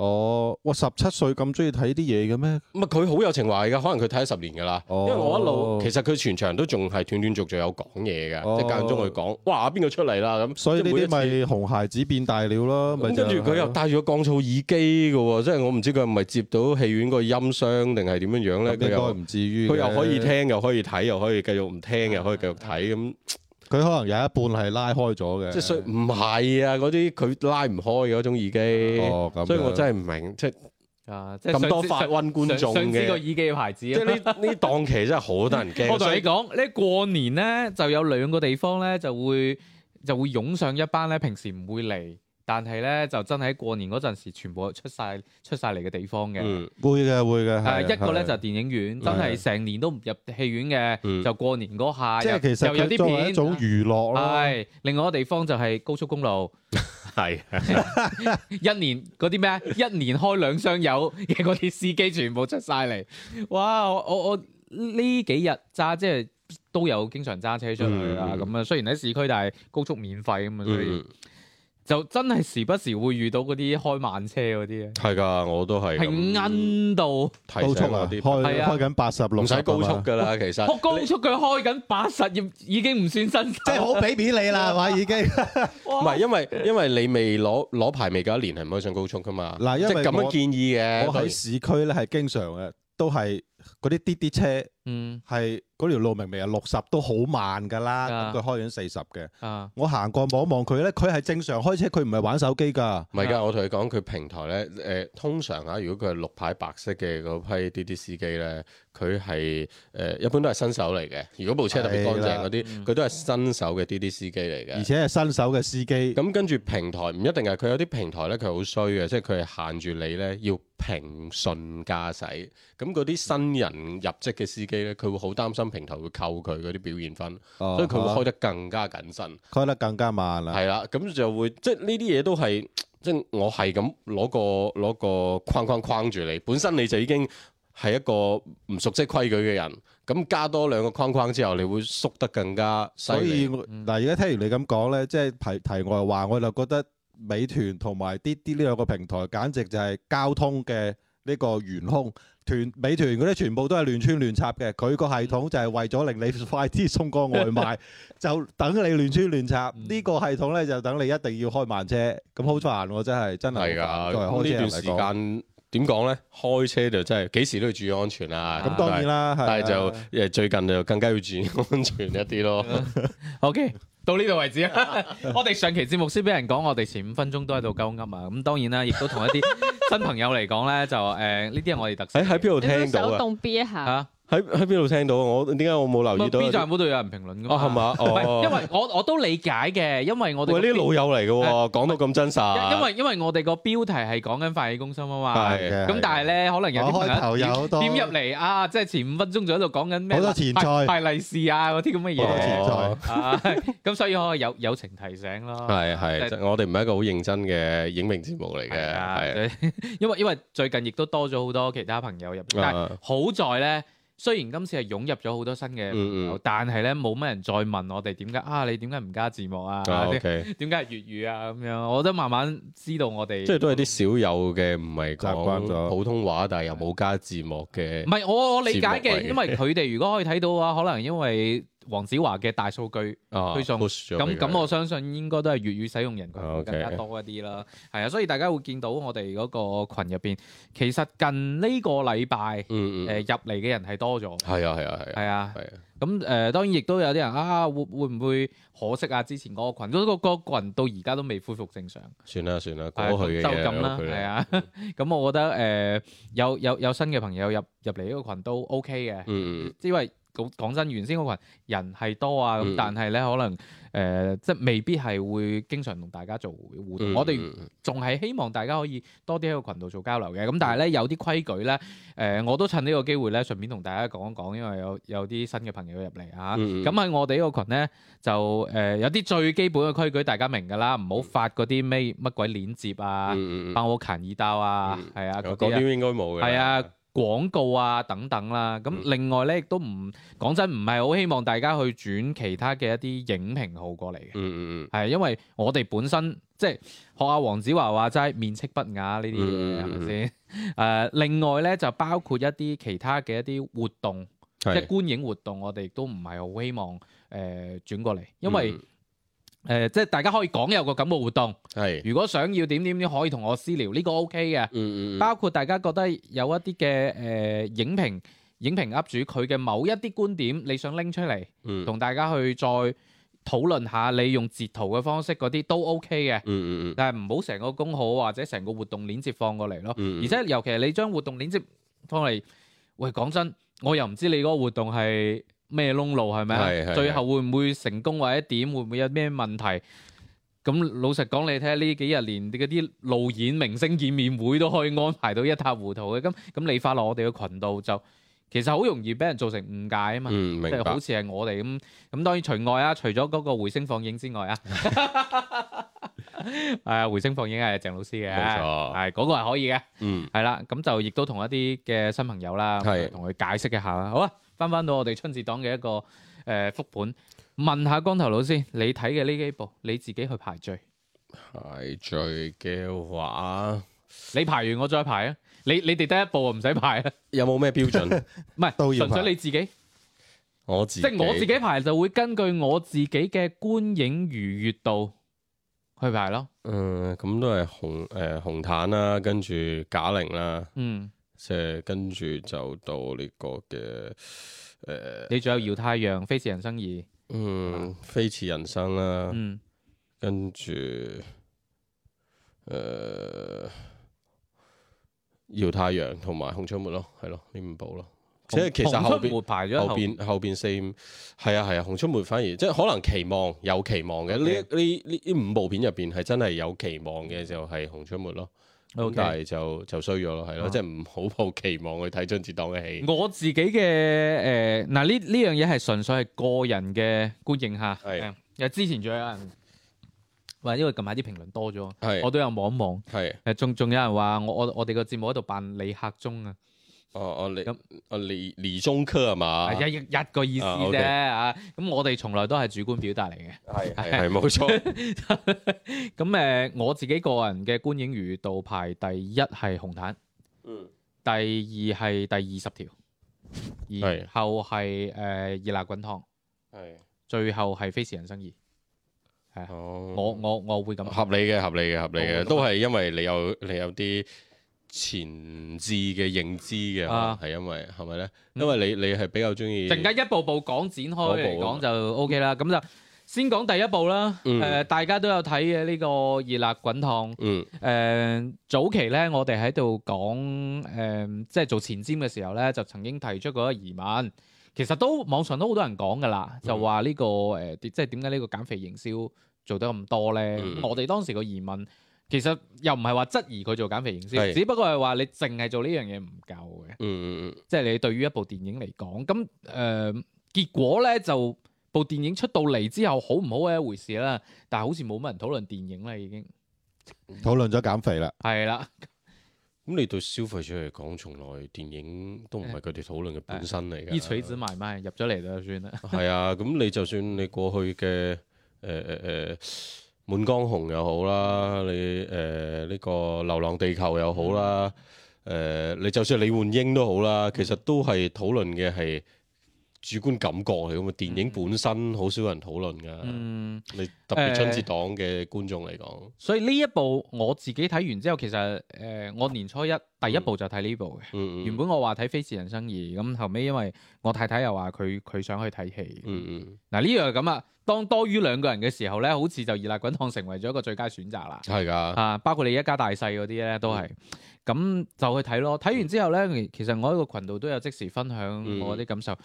F: 哦，哇！十七歲咁中意睇啲嘢嘅咩？
D: 唔係佢好有情懷㗎，可能佢睇咗十年㗎啦。
F: 哦
D: 因為我一路其實佢全場都仲係斷斷續續有講嘢㗎，
F: 哦
D: 即係間中佢講，哇邊個出嚟啦咁。
F: 所以呢
D: 即係
F: 啲
D: 每一次
F: 咪紅孩子變大了咯，咪
D: 咁
F: 就
D: 跟住佢又
F: 係咯
D: 戴住個降噪耳機㗎喎，即係我唔知佢係咪接到戲院個音箱定係點樣樣咧？
F: 咁
D: 佢
F: 應該
D: 又
F: 唔至於嘅。
D: 佢又可以聽，又可以睇，又可以繼續唔聽，又可以繼續睇咁。
F: 佢可能有一半係拉開咗嘅，
D: 即係所以唔係啊，嗰啲佢拉唔開嘅嗰種耳機。
F: 哦咁樣。
D: 所以我真係唔明，即係
C: 啊，即係
D: 咁多
C: 想知
D: 發瘟觀眾
C: 想想知個耳
D: 嘅，
C: 機嘅牌子
D: 即
C: 啊
D: 係呢呢檔期真係好得人驚。
C: 我同
D: 所以
C: 你講，呢過年咧就有兩個地方咧就會就會湧上一班咧平時唔會嚟，但係咧就真係喺過年嗰陣時全部出晒出晒嚟嘅地方嘅。
D: 嗯
F: 會嘅會嘅。
C: 誒
F: 啊係
C: 啊一個咧
F: 係嗯
C: 就係電影院，真係成年都唔入戲院嘅，
D: 嗯
C: 就過年嗰下
F: 啊即
C: 又
F: 係其實
C: 又有
F: 佢作為一
C: 啲
F: 種
C: 片。
F: 娛樂咯。
C: 係，另外一個地方就係高速公路，
D: 係。
C: 一年嗰啲咩啊，一年開兩箱油嘅嗰啲司機全部出晒嚟，哇！我我我呢幾日揸即係都有經常揸車出去啦，
D: 嗯
C: 咁啊、雖然喺市區，但係高速免費咁啊，所以
D: 嗯，
C: 就真係時不時會遇到嗰啲開慢車嗰啲啊，
D: 係㗎，我都係咁。
C: 係奀到
D: 提
F: 高
D: 醒
F: 速啊，
D: 我
F: 開
D: 啲
C: 係啊
F: 開緊八十啊六，
D: 唔使高速噶 啦，其
C: 我
D: 實
C: 高速佢開緊八十，已已經唔算新手，
F: 即係好俾面 你啦，係嘛已經。
D: 唔係啊因為因為你未攞攞牌未夠一年係唔可以上高速噶嘛，
F: 嗱因
D: 即
F: 為
D: 係咁樣
F: 我
D: 建議嘅，
F: 我喺啊市區咧係經常嘅，都係嗰啲滴滴車
C: 嗯
F: 係嗰條路明明係六十都好慢㗎啦，
C: 啊
F: 咁佢開緊四十嘅。
C: 啊
F: 我行過望一望佢咧，佢係正常開車，佢唔係玩手機㗎。
D: 唔係㗎，我同你講佢平台咧，誒、通常啊，如果佢係綠牌白色嘅嗰批滴滴司機咧，佢係誒一般都係新手嚟嘅。如果部車特別乾
F: 係啦
D: 淨嗰啲，佢都係新手嘅滴滴司機嚟嘅
F: 而。且係新手嘅司機，
D: 咁跟住平台唔一定係佢有啲平台咧，佢好衰嘅，即係佢係限住你咧要平順駕駛。咁嗰啲新人入職嘅司機咧，佢會好擔心平台會扣佢嗰啲表現分，
F: 哦
D: 所以佢會開
F: 係
D: 得更加謹慎。
F: 開得更加慢啦。
D: 係啦，咁就會即係呢啲嘢都係即係我係咁攞個攞個框框框住你，本身你就已經係一個唔熟悉規矩嘅人，咁加多兩個框框之後，你會縮得更加犀
F: 所以
D: 利。嗯
F: 我嗱，而家聽完你咁講咧，即係題題外話，我就覺得美團同埋滴滴呢兩個平台，簡直就係交通嘅呢個元兇。團美團嗰啲全部都係亂穿亂插嘅，佢個系
D: 嗯
F: 統就係為咗令你 快啲送個外 賣，就等你亂穿亂插。
C: 嗯
F: 呢個系統咧就等你一定要開慢車，咁好煩喎！真係真
D: 係啊
F: 係好
D: 㗎，
F: 煩
D: 咁呢段
F: 作為開車
D: 時
F: 人嚟講。
D: 間點講咧？開車就真係幾時都要注意安全啊啦。
F: 咁當然啦，
D: 但係，但係
F: 啊
D: 就誒最近就更加要注意安全一啲咯。
C: ，OK。到呢度為止啊！我哋上期節目先俾人講，我哋前五分鐘都喺度鳩噏啊！咁當然啦，亦都同一啲新朋友嚟講咧，就誒呢啲係我哋特色
D: 喺
C: 嚟嘅。
D: 喺邊度
B: 你都
D: 聽到
B: 手
D: 啊？
B: 動憋一下，
C: 啊？
D: 喺喺邊度聽到啊？我點解我冇留意到
C: B 站
D: 有啲？
C: 嗰度有人評論㗎
D: 哦，係？嘛？
C: 唔係，
D: 哦，
C: 因為我我都理解嘅，因為我哋
D: 喂
C: 個
D: 呢啲老友嚟嘅
C: 係
D: 喎，講到咁真實。
C: 因因為因為我哋個標題係講緊快氣攻心啊嘛。
D: 係
F: 嘅
C: 咁但係咧，可能有啲
F: 我
C: 朋
F: 開頭有
C: 友
F: 好多
C: 點入嚟啊，即係前五分鐘就喺度講緊咩
F: 好多前菜
C: 派利是啊嗰啲咁嘅
F: 好多
C: 嘢。
F: 前
D: 哦
F: 菜，
C: 啊，咁所以我有友情提醒咯。
D: 係係，我哋唔係一個好認真嘅影評節目嚟嘅，
C: 係 啊
D: 係
C: 因為因為最近亦都多咗好多其他朋友入，但係
D: 啊
C: 好在咧，雖然今次係湧入咗好多新嘅朋
D: 嗯
C: 友
D: 嗯，
C: 但係咧冇乜人再問我哋點解啊，你點解唔加字幕啊？
D: 啊
C: 點
D: OK，
C: 點解係粵語啊？咁樣，我都慢慢知道我哋
D: 即係都係啲少有嘅，唔係
F: 習慣咗
D: 講普通話，但係又冇加字幕嘅
C: 唔。係我我理解
D: 節目
C: 嘅，
D: 嚟嘅
C: 因為佢哋如果可以睇到嘅話，可能因為黃子華嘅大數據。
D: 啊
C: 嗯推送
D: push 咗
C: 咁
D: 俾佢
C: 咁，我相信應該都係粵語使用人群
D: 啊
C: 會
D: ，OK
C: 更加多一啲啦。係啊，所以大家會見到我哋嗰個群入邊，其實近呢個禮拜誒
D: 嗯嗯，
C: 入嚟嘅人係多咗。
D: 係啊係啊係啊
C: 係啊，
D: 係啊，
C: 咁誒、當然亦都有啲人啊，會會唔會可惜啊？之前嗰個群，嗰、個、個群到而家都未恢復正常，
D: 算啦算啦，過
C: 係
D: 去嘅
C: 就
D: 嘢
C: 咁啦，
D: 由佢
C: 係啊。 咁我覺得誒、有有有新嘅朋友入入嚟呢個群都 OK 嘅，
D: 嗯嗯
C: 因為講講真，原先嗰群人係多啊，咁、
D: 嗯
C: 但係咧可能誒、即係未必係會經常同大家做互動。
D: 嗯，
C: 我哋
D: 嗯嗯
C: 仲係希望大家可以多啲喺個群度做交流嘅。咁但係咧有啲規矩咧，誒、我都趁呢個機會咧，順便同大家講一講，因為有有啲新嘅朋友入嚟啊。
D: 嗯嗯
C: 咁喺我哋呢個群咧，就誒、有啲最基本嘅規矩，大家明㗎啦，唔好發嗰啲咩乜鬼鏈接啊、
D: 嗯嗯嗯嗯
C: 包我彈耳刀啊
D: 嗯，
C: 係啊嗰
D: 有嗰
C: 啲啊
D: 啲應該冇嘅，
C: 係啊，廣告啊等等啦。咁
D: 嗯
C: 另外咧，亦都唔講真，唔係好希望大家去轉其他嘅一啲影評號過嚟嘅，
D: 嗯嗯嗯
C: 係因為我哋本身即係學阿黃子華話齋面斥不雅呢啲嘢
D: 嗯嗯
C: 係
D: 嗯
C: 咪先？ 誒，另外咧就包括一啲其他嘅一啲活動。即係
D: 係，
C: 觀影活動，我哋亦都唔係好希望誒、呃、轉過嚟，因為誒、
D: 嗯
C: 呃即係大家可以講有個咁嘅活動，
D: 係，
C: 如果想要點點點可以同我私聊，呢、個 OK 嘅。
D: 嗯嗯嗯
C: 包括大家覺得有一啲嘅誒影評影評 up 主佢嘅某一啲觀點，你想拎出嚟
D: 嗯
C: 同大家去再討論下，你用截圖嘅方式嗰啲都 OK 嘅，
D: 嗯嗯嗯
C: 但係唔好成個公號或者成個活動鏈接放過嚟咯。
D: 嗯，
C: 而且尤其係你將活動鏈接放嚟，喂，講真，我又唔知你嗰個活動係咩窿路係咪
D: 係
C: 啊？
D: 係
C: 最後會唔會成功或者點，會唔會有咩問題？咁老實講，你睇下呢幾日連嗰啲路演明星見面會都可以安排到一塌糊塗嘅，咁咁你發落我哋嘅群度就其實好容易俾人造成誤解啊嘛。即
D: 嗯明
C: 係
D: 白
C: 好。似係我哋咁，咁當然除外啊，除咗嗰個回聲放映之外啊， 誒回聲放映係鄭老師嘅，
D: 冇錯
C: 係嗰個係可以嘅。
D: 嗯，
C: 係啦，咁就亦都同一啲嘅新朋友啦，
D: 係
C: 同佢解釋一下啦。好啊，翻翻到我哋春節檔嘅一個誒復盤，問下光頭佬先，你睇嘅呢幾部，你自己去排序，
D: 排序嘅話，
C: 你排完我再排啊。你你哋得一部啊，唔使排啊，
D: 有冇咩標 準？
C: 唔係
F: 都要
C: 純
F: 排
C: 粹你自己，
D: 我自
C: 即係我自己排就會根據我自己嘅觀影愉悅度去排咯。
D: 嗯，咁都係紅誒紅毯啦，跟住賈玲啦，
C: 嗯，
D: 即係跟住就到呢個嘅誒，
C: 你仲有《搖太陽》《飛馳人生二》，
D: 嗯，飛馳人生啦，
C: 嗯，
D: 跟住誒搖太陽同埋熊出沒咯，係咯，呢五部咯。即係其實
C: 紅
D: 後
C: 紅出沒
D: 邊
C: 排咗
D: 後
C: 後邊，
D: 邊後邊四五係啊係啊，熊出沒反而即係可能期望有期望嘅呢
C: OK
D: 呢呢呢五部片入邊係真係有期望嘅就係熊出沒咯。咁
C: OK
D: 但係就就衰咗咯，係
C: 啊
D: 咯，即係唔好抱期望去睇張節檔嘅戲。
C: 我自己嘅誒嗱呢呢樣嘢係純粹係個人嘅觀影嚇，
D: 係
C: 誒因為之前仲有人話，因為近排啲評論多咗，我
D: 係
C: 都有望一望。
D: 係
C: 誒仲仲有人話我我我哋個節目喺度扮李克忠啊，
D: 哦哦李
C: 咁
D: 哦李李中科係啊嘛？
C: 係一一一個意思
D: 啊，OK
C: 啫嚇。咁我哋從來都係主觀表達嚟嘅。
D: 係係係冇錯。
C: 咁誒我自己個人嘅觀影愉悅度排第一係紅毯，
D: 嗯
C: 第二係第二十條，
D: 係
C: 然後係誒呃熱辣滾燙，
D: 係
C: 最後係飛馳人生二。
D: 哦
C: 我我我會咁
D: 合理嘅，合理嘅，合
C: 哦我
D: 理嘅，
C: 覺得
D: 都係因為你有你有啲前置嘅認知嘅，
C: 啊
D: 可能係因為係咪咧？
C: 嗯
D: 因為你你係比較中意
C: 陣間一步步講展開嚟
D: 嗰步啊
C: 講
D: 嘛
C: 就 O K 啦，咁就先講第一部啦，誒、
D: 嗯
C: 大家都有睇嘅呢個熱辣滾燙。誒、
D: 嗯
C: 呃早期咧，我哋喺度講誒、即係做前瞻嘅時候咧，就曾經提出過一個疑問。其實都網上都好多人講㗎啦，
D: 嗯
C: 就話呢、個誒、即係點解呢個減肥營銷做得咁多咧？
D: 嗯
C: 我哋當時個疑問其實又唔係話質疑佢做減肥營銷，
D: 係
C: 只不過係話你淨係做呢樣嘢唔夠嘅。
D: 嗯嗯
C: 即係你對於一部電影嚟講，咁誒、呃、結果咧就部電影出到嚟之後好唔好係一回事啦，但係好似冇乜人討論電影啦已經，
F: 討論咗減肥啦，
C: 係啦，
D: 咁你對消費者嚟講，從來電影都唔係佢哋討論嘅本身嚟嘅。
C: 以取子埋賣入咗嚟就算啦，
D: 係啊，咁你就算你過去嘅誒誒誒滿江紅又好啦，你誒呢、個流浪地球又好啦，誒、你就算李焕英都好啦，其實都係討論嘅係主觀感覺嚟噶嘛，電影本身好少人討論噶，
C: 嗯，
D: 你特別春節檔嘅觀眾嚟講，
C: 所以呢一部我自己睇完之後，其實誒、呃我年初一第一部就睇呢部嘅。
D: 嗯嗯，
C: 原本我話睇《飛馳人生二》，咁後尾因為我太太又話佢佢想去睇戲，
D: 嗯嗯
C: 嗱呢樣咁啊，當多於兩個人嘅時候咧，好似就熱辣滾燙成為咗一個最佳選擇啦。
D: 係㗎，
C: 啊，包括你一家大細嗰啲咧都係，咁、就去睇咯。睇完之後咧，其其實我喺個群度都有即時分享
D: 嗯
C: 我啲感受。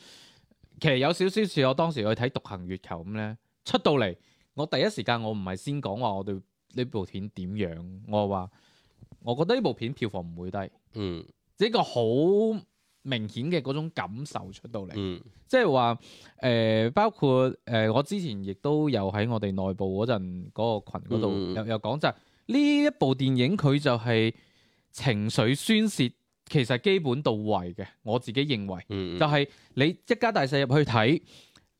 C: 其實有少少似我當時去睇《獨行月球》咁咧，出到嚟我第一時間我唔係先講話我對呢部片點樣，我話我覺得呢部片票房唔會低，
D: 嗯
C: 呢個好明顯嘅嗰種感受出到嚟。
D: 嗯
C: 即係話誒，包括誒、呃我之前亦都有喺我哋內部嗰陣嗰個群嗰度、
D: 嗯
C: 有有講就係呢一部電影佢就係情緒宣泄，其實基本到位嘅，我自己認為。
D: 嗯，
C: 就係你一家大細入去睇，誒、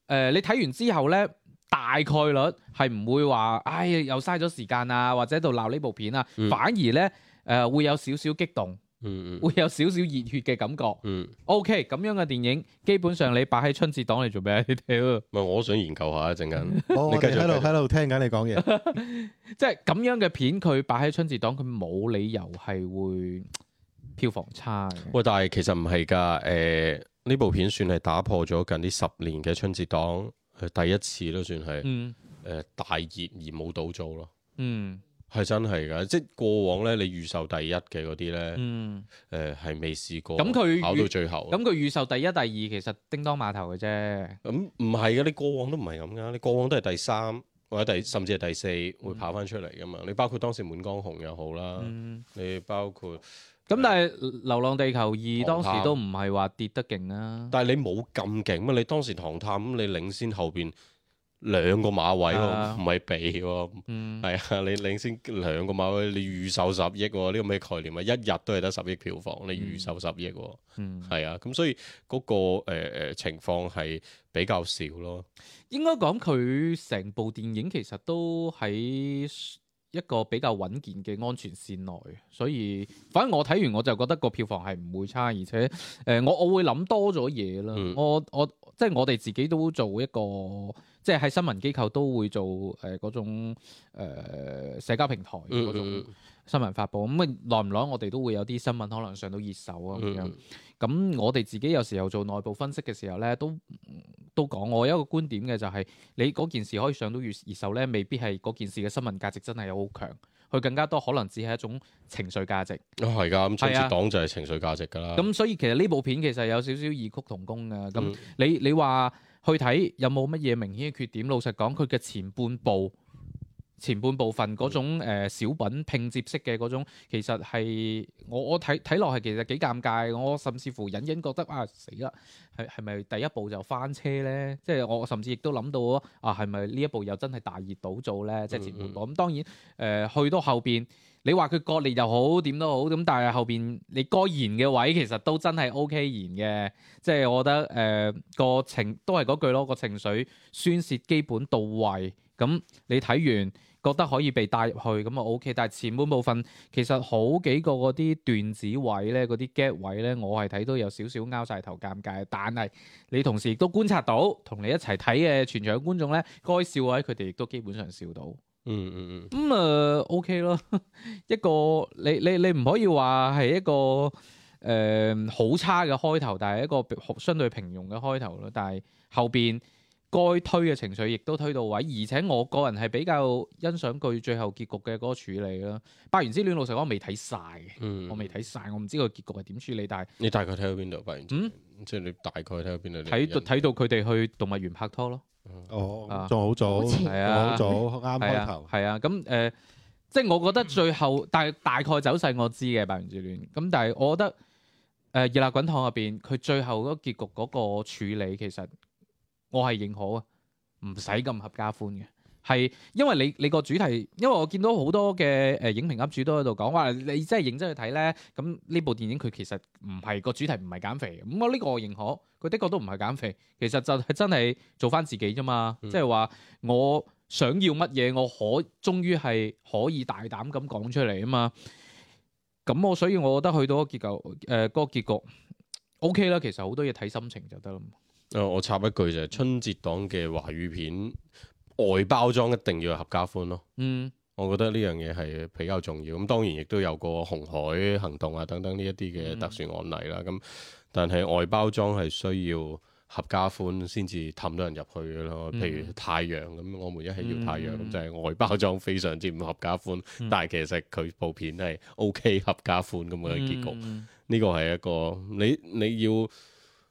C: 呃你睇完之後咧，大概率係唔會話，唉，又嘥咗時間啊，或者喺度鬧呢部片啊，
D: 嗯
C: 反而咧誒、呃、會有少少激動，
D: 嗯嗯
C: 會有少少熱血嘅感覺。
D: 嗯，
C: O.K. 咁樣嘅電影，基本上你擺喺春節檔嚟做咩？啊你屌，
D: 唔係我想研究下一陣間，
F: 我哦我
D: 繼續
F: 哋喺度
D: 繼續
F: 喺度聽緊你講嘢，
C: 即係咁樣嘅片，佢擺喺春節檔，佢冇理由係會票房差嘅。
D: 喂，但係其實唔係㗎，誒、呢部片算係打破咗近呢十年嘅春節檔，係第一次都算係誒、
C: 嗯
D: 大熱而冇倒做咯，
C: 嗯
D: 係真係㗎，即係過往咧你預售第一嘅嗰啲咧，誒
C: 嗯，
D: 係未試過，
C: 咁佢
D: 跑到
C: 預
D: 最後，
C: 咁佢預售第一、第二其實叮當碼頭嘅啫。
D: 咁唔係㗎，你過往都唔係咁㗎，你過往都係第三或者第甚至係第四會跑翻出嚟㗎嘛，你包括當時滿江紅又好啦，
C: 嗯，
D: 你包括。
C: 咁但係《流浪地球二》當時都唔係話跌得勁啊。
D: 但係你冇咁勁嘛？你當時唐探咁，你領先後邊兩個馬位
C: 啊
D: 喎，唔係比喎，
C: 嗯，
D: 係啊，你領先兩個馬位，你預售十億喎，呢個咩概念啊？一日都係得十億票房，你預售十億喎，
C: 嗯，
D: 係啊，咁所以嗰個誒誒情況係比較少咯，
C: 應該講佢成部電影其實都喺一個比較穩健嘅安全線內，所以反正我睇完我就覺得個票房係唔會差，而且誒、呃我我會諗多咗嘢啦。
D: 嗯
C: 我我即係我哋自己都做一個，即係喺新聞機構都會做誒嗰、種、呃、社交平台
D: 嗯
C: 嗰種
D: 嗯
C: 新聞發布。咁啊耐唔耐我哋都會有啲新聞可能上到熱搜啊咁樣。
D: 嗯
C: 咁我哋自己有時候做內部分析嘅時候咧，都都講我有一個觀點嘅就係、你嗰件事可以上到熱熱搜咧，未必係嗰件事嘅新聞價值真係有好強，佢更加多可能只係一種情緒價值。
D: 啊係㗎，咁春
C: 係啊
D: 節檔就係情緒價值㗎啦，
C: 咁、所以其實呢部片其實有少少異曲同工嘅。咁、
D: 嗯
C: 你你話去睇有冇乜嘢明顯嘅缺點？老實講，佢嘅前半部。前半部分嗰種、呃、小品拼接式嘅嗰種，其實係我我睇睇落係其實幾尷尬，我甚至乎隱隱覺得啊死啦，係係咪第一部就翻車咧？即係我甚至亦都諗到啊，係咪呢一部又真係大熱倒做咧？即係前半部咁、當然誒、呃去到後邊，你話佢割裂又好點都好，咁但係後邊你該言嘅位其實都真係 O K 言嘅，即係我覺得誒、呃、個情都係嗰句咯，個情緒宣泄基本到位，咁你睇完。覺得可以被帶入去咁啊 OK，但係前半部分其實好幾個嗰啲段子位咧，嗰啲 get 位咧，我係睇到有少少拗晒頭尷尬，但係你同時亦都觀察到，同你一齊睇嘅全場觀眾咧，該笑嘅位佢哋亦都基本上笑到。咁、
D: 嗯嗯嗯
C: 嗯、呃 OK 咯， 一個你你你唔可以話係一個呃誒好、差嘅開頭，但係一個比相對平庸嘅開頭咯。但係後邊該推嘅情緒亦都推到位，而且我個人係比較欣賞佢最後結局嘅嗰個處理啦。百元之戀老實講我未睇晒嘅，
D: 嗯，
C: 我未睇晒，我唔知個結局係點處理，但係
D: 你大概睇到邊度？發現
C: 嗯
D: 即係你大概睇到邊度？
C: 睇到睇到佢哋去動物園拍拖咯，
F: 哦
C: 啊，
F: 仲好早，
B: 好似
F: 仲
C: 係
F: 好
C: 啊，
F: 早，
C: 係
F: 啱開
C: 啊
F: 頭，。嗯
C: 係啊，咁誒、呃即係我覺得最後大大概走勢我知嘅《百元之戀》，咁但係我覺得誒、呃《熱辣滾燙》入邊佢最後嗰個結局嗰個處理，其實我係認可啊，唔使咁合家歡嘅。係因為你你個主題，因為我見到好多嘅誒影評 up 主都喺度講話，你真係認真去睇咧，咁呢部電影佢其實唔係個主題唔係減肥，咁我呢個我認可，佢的確都唔係減肥，其實就係真係做翻自己啫嘛，
D: 嗯
C: 即係話我想要乜嘢，我可終於係可以大膽咁講出嚟啊嘛，咁我所以我覺得去到個結構呃誒嗰個結局 OK 啦，其實好多嘢睇心情就得啦。
D: 誒，哦我插一句就係春節檔嘅華語片外包裝一定要有合家歡咯。
C: 嗯，
D: 我覺得呢樣嘢係比較重要，咁當然亦都有個紅海行動啊等等呢一啲嘅特殊案例啦。咁、但係外包裝係需要合家歡先至氹到人入去嘅咯。
C: 嗯
D: 譬如太陽咁，我們一起要太陽咁、
C: 嗯
D: 就係外包裝非常之唔合家歡，
C: 嗯
D: 但係其實佢部片係 OK 合家歡咁嘅結局。
C: 嗯
D: 呢個係一個你你要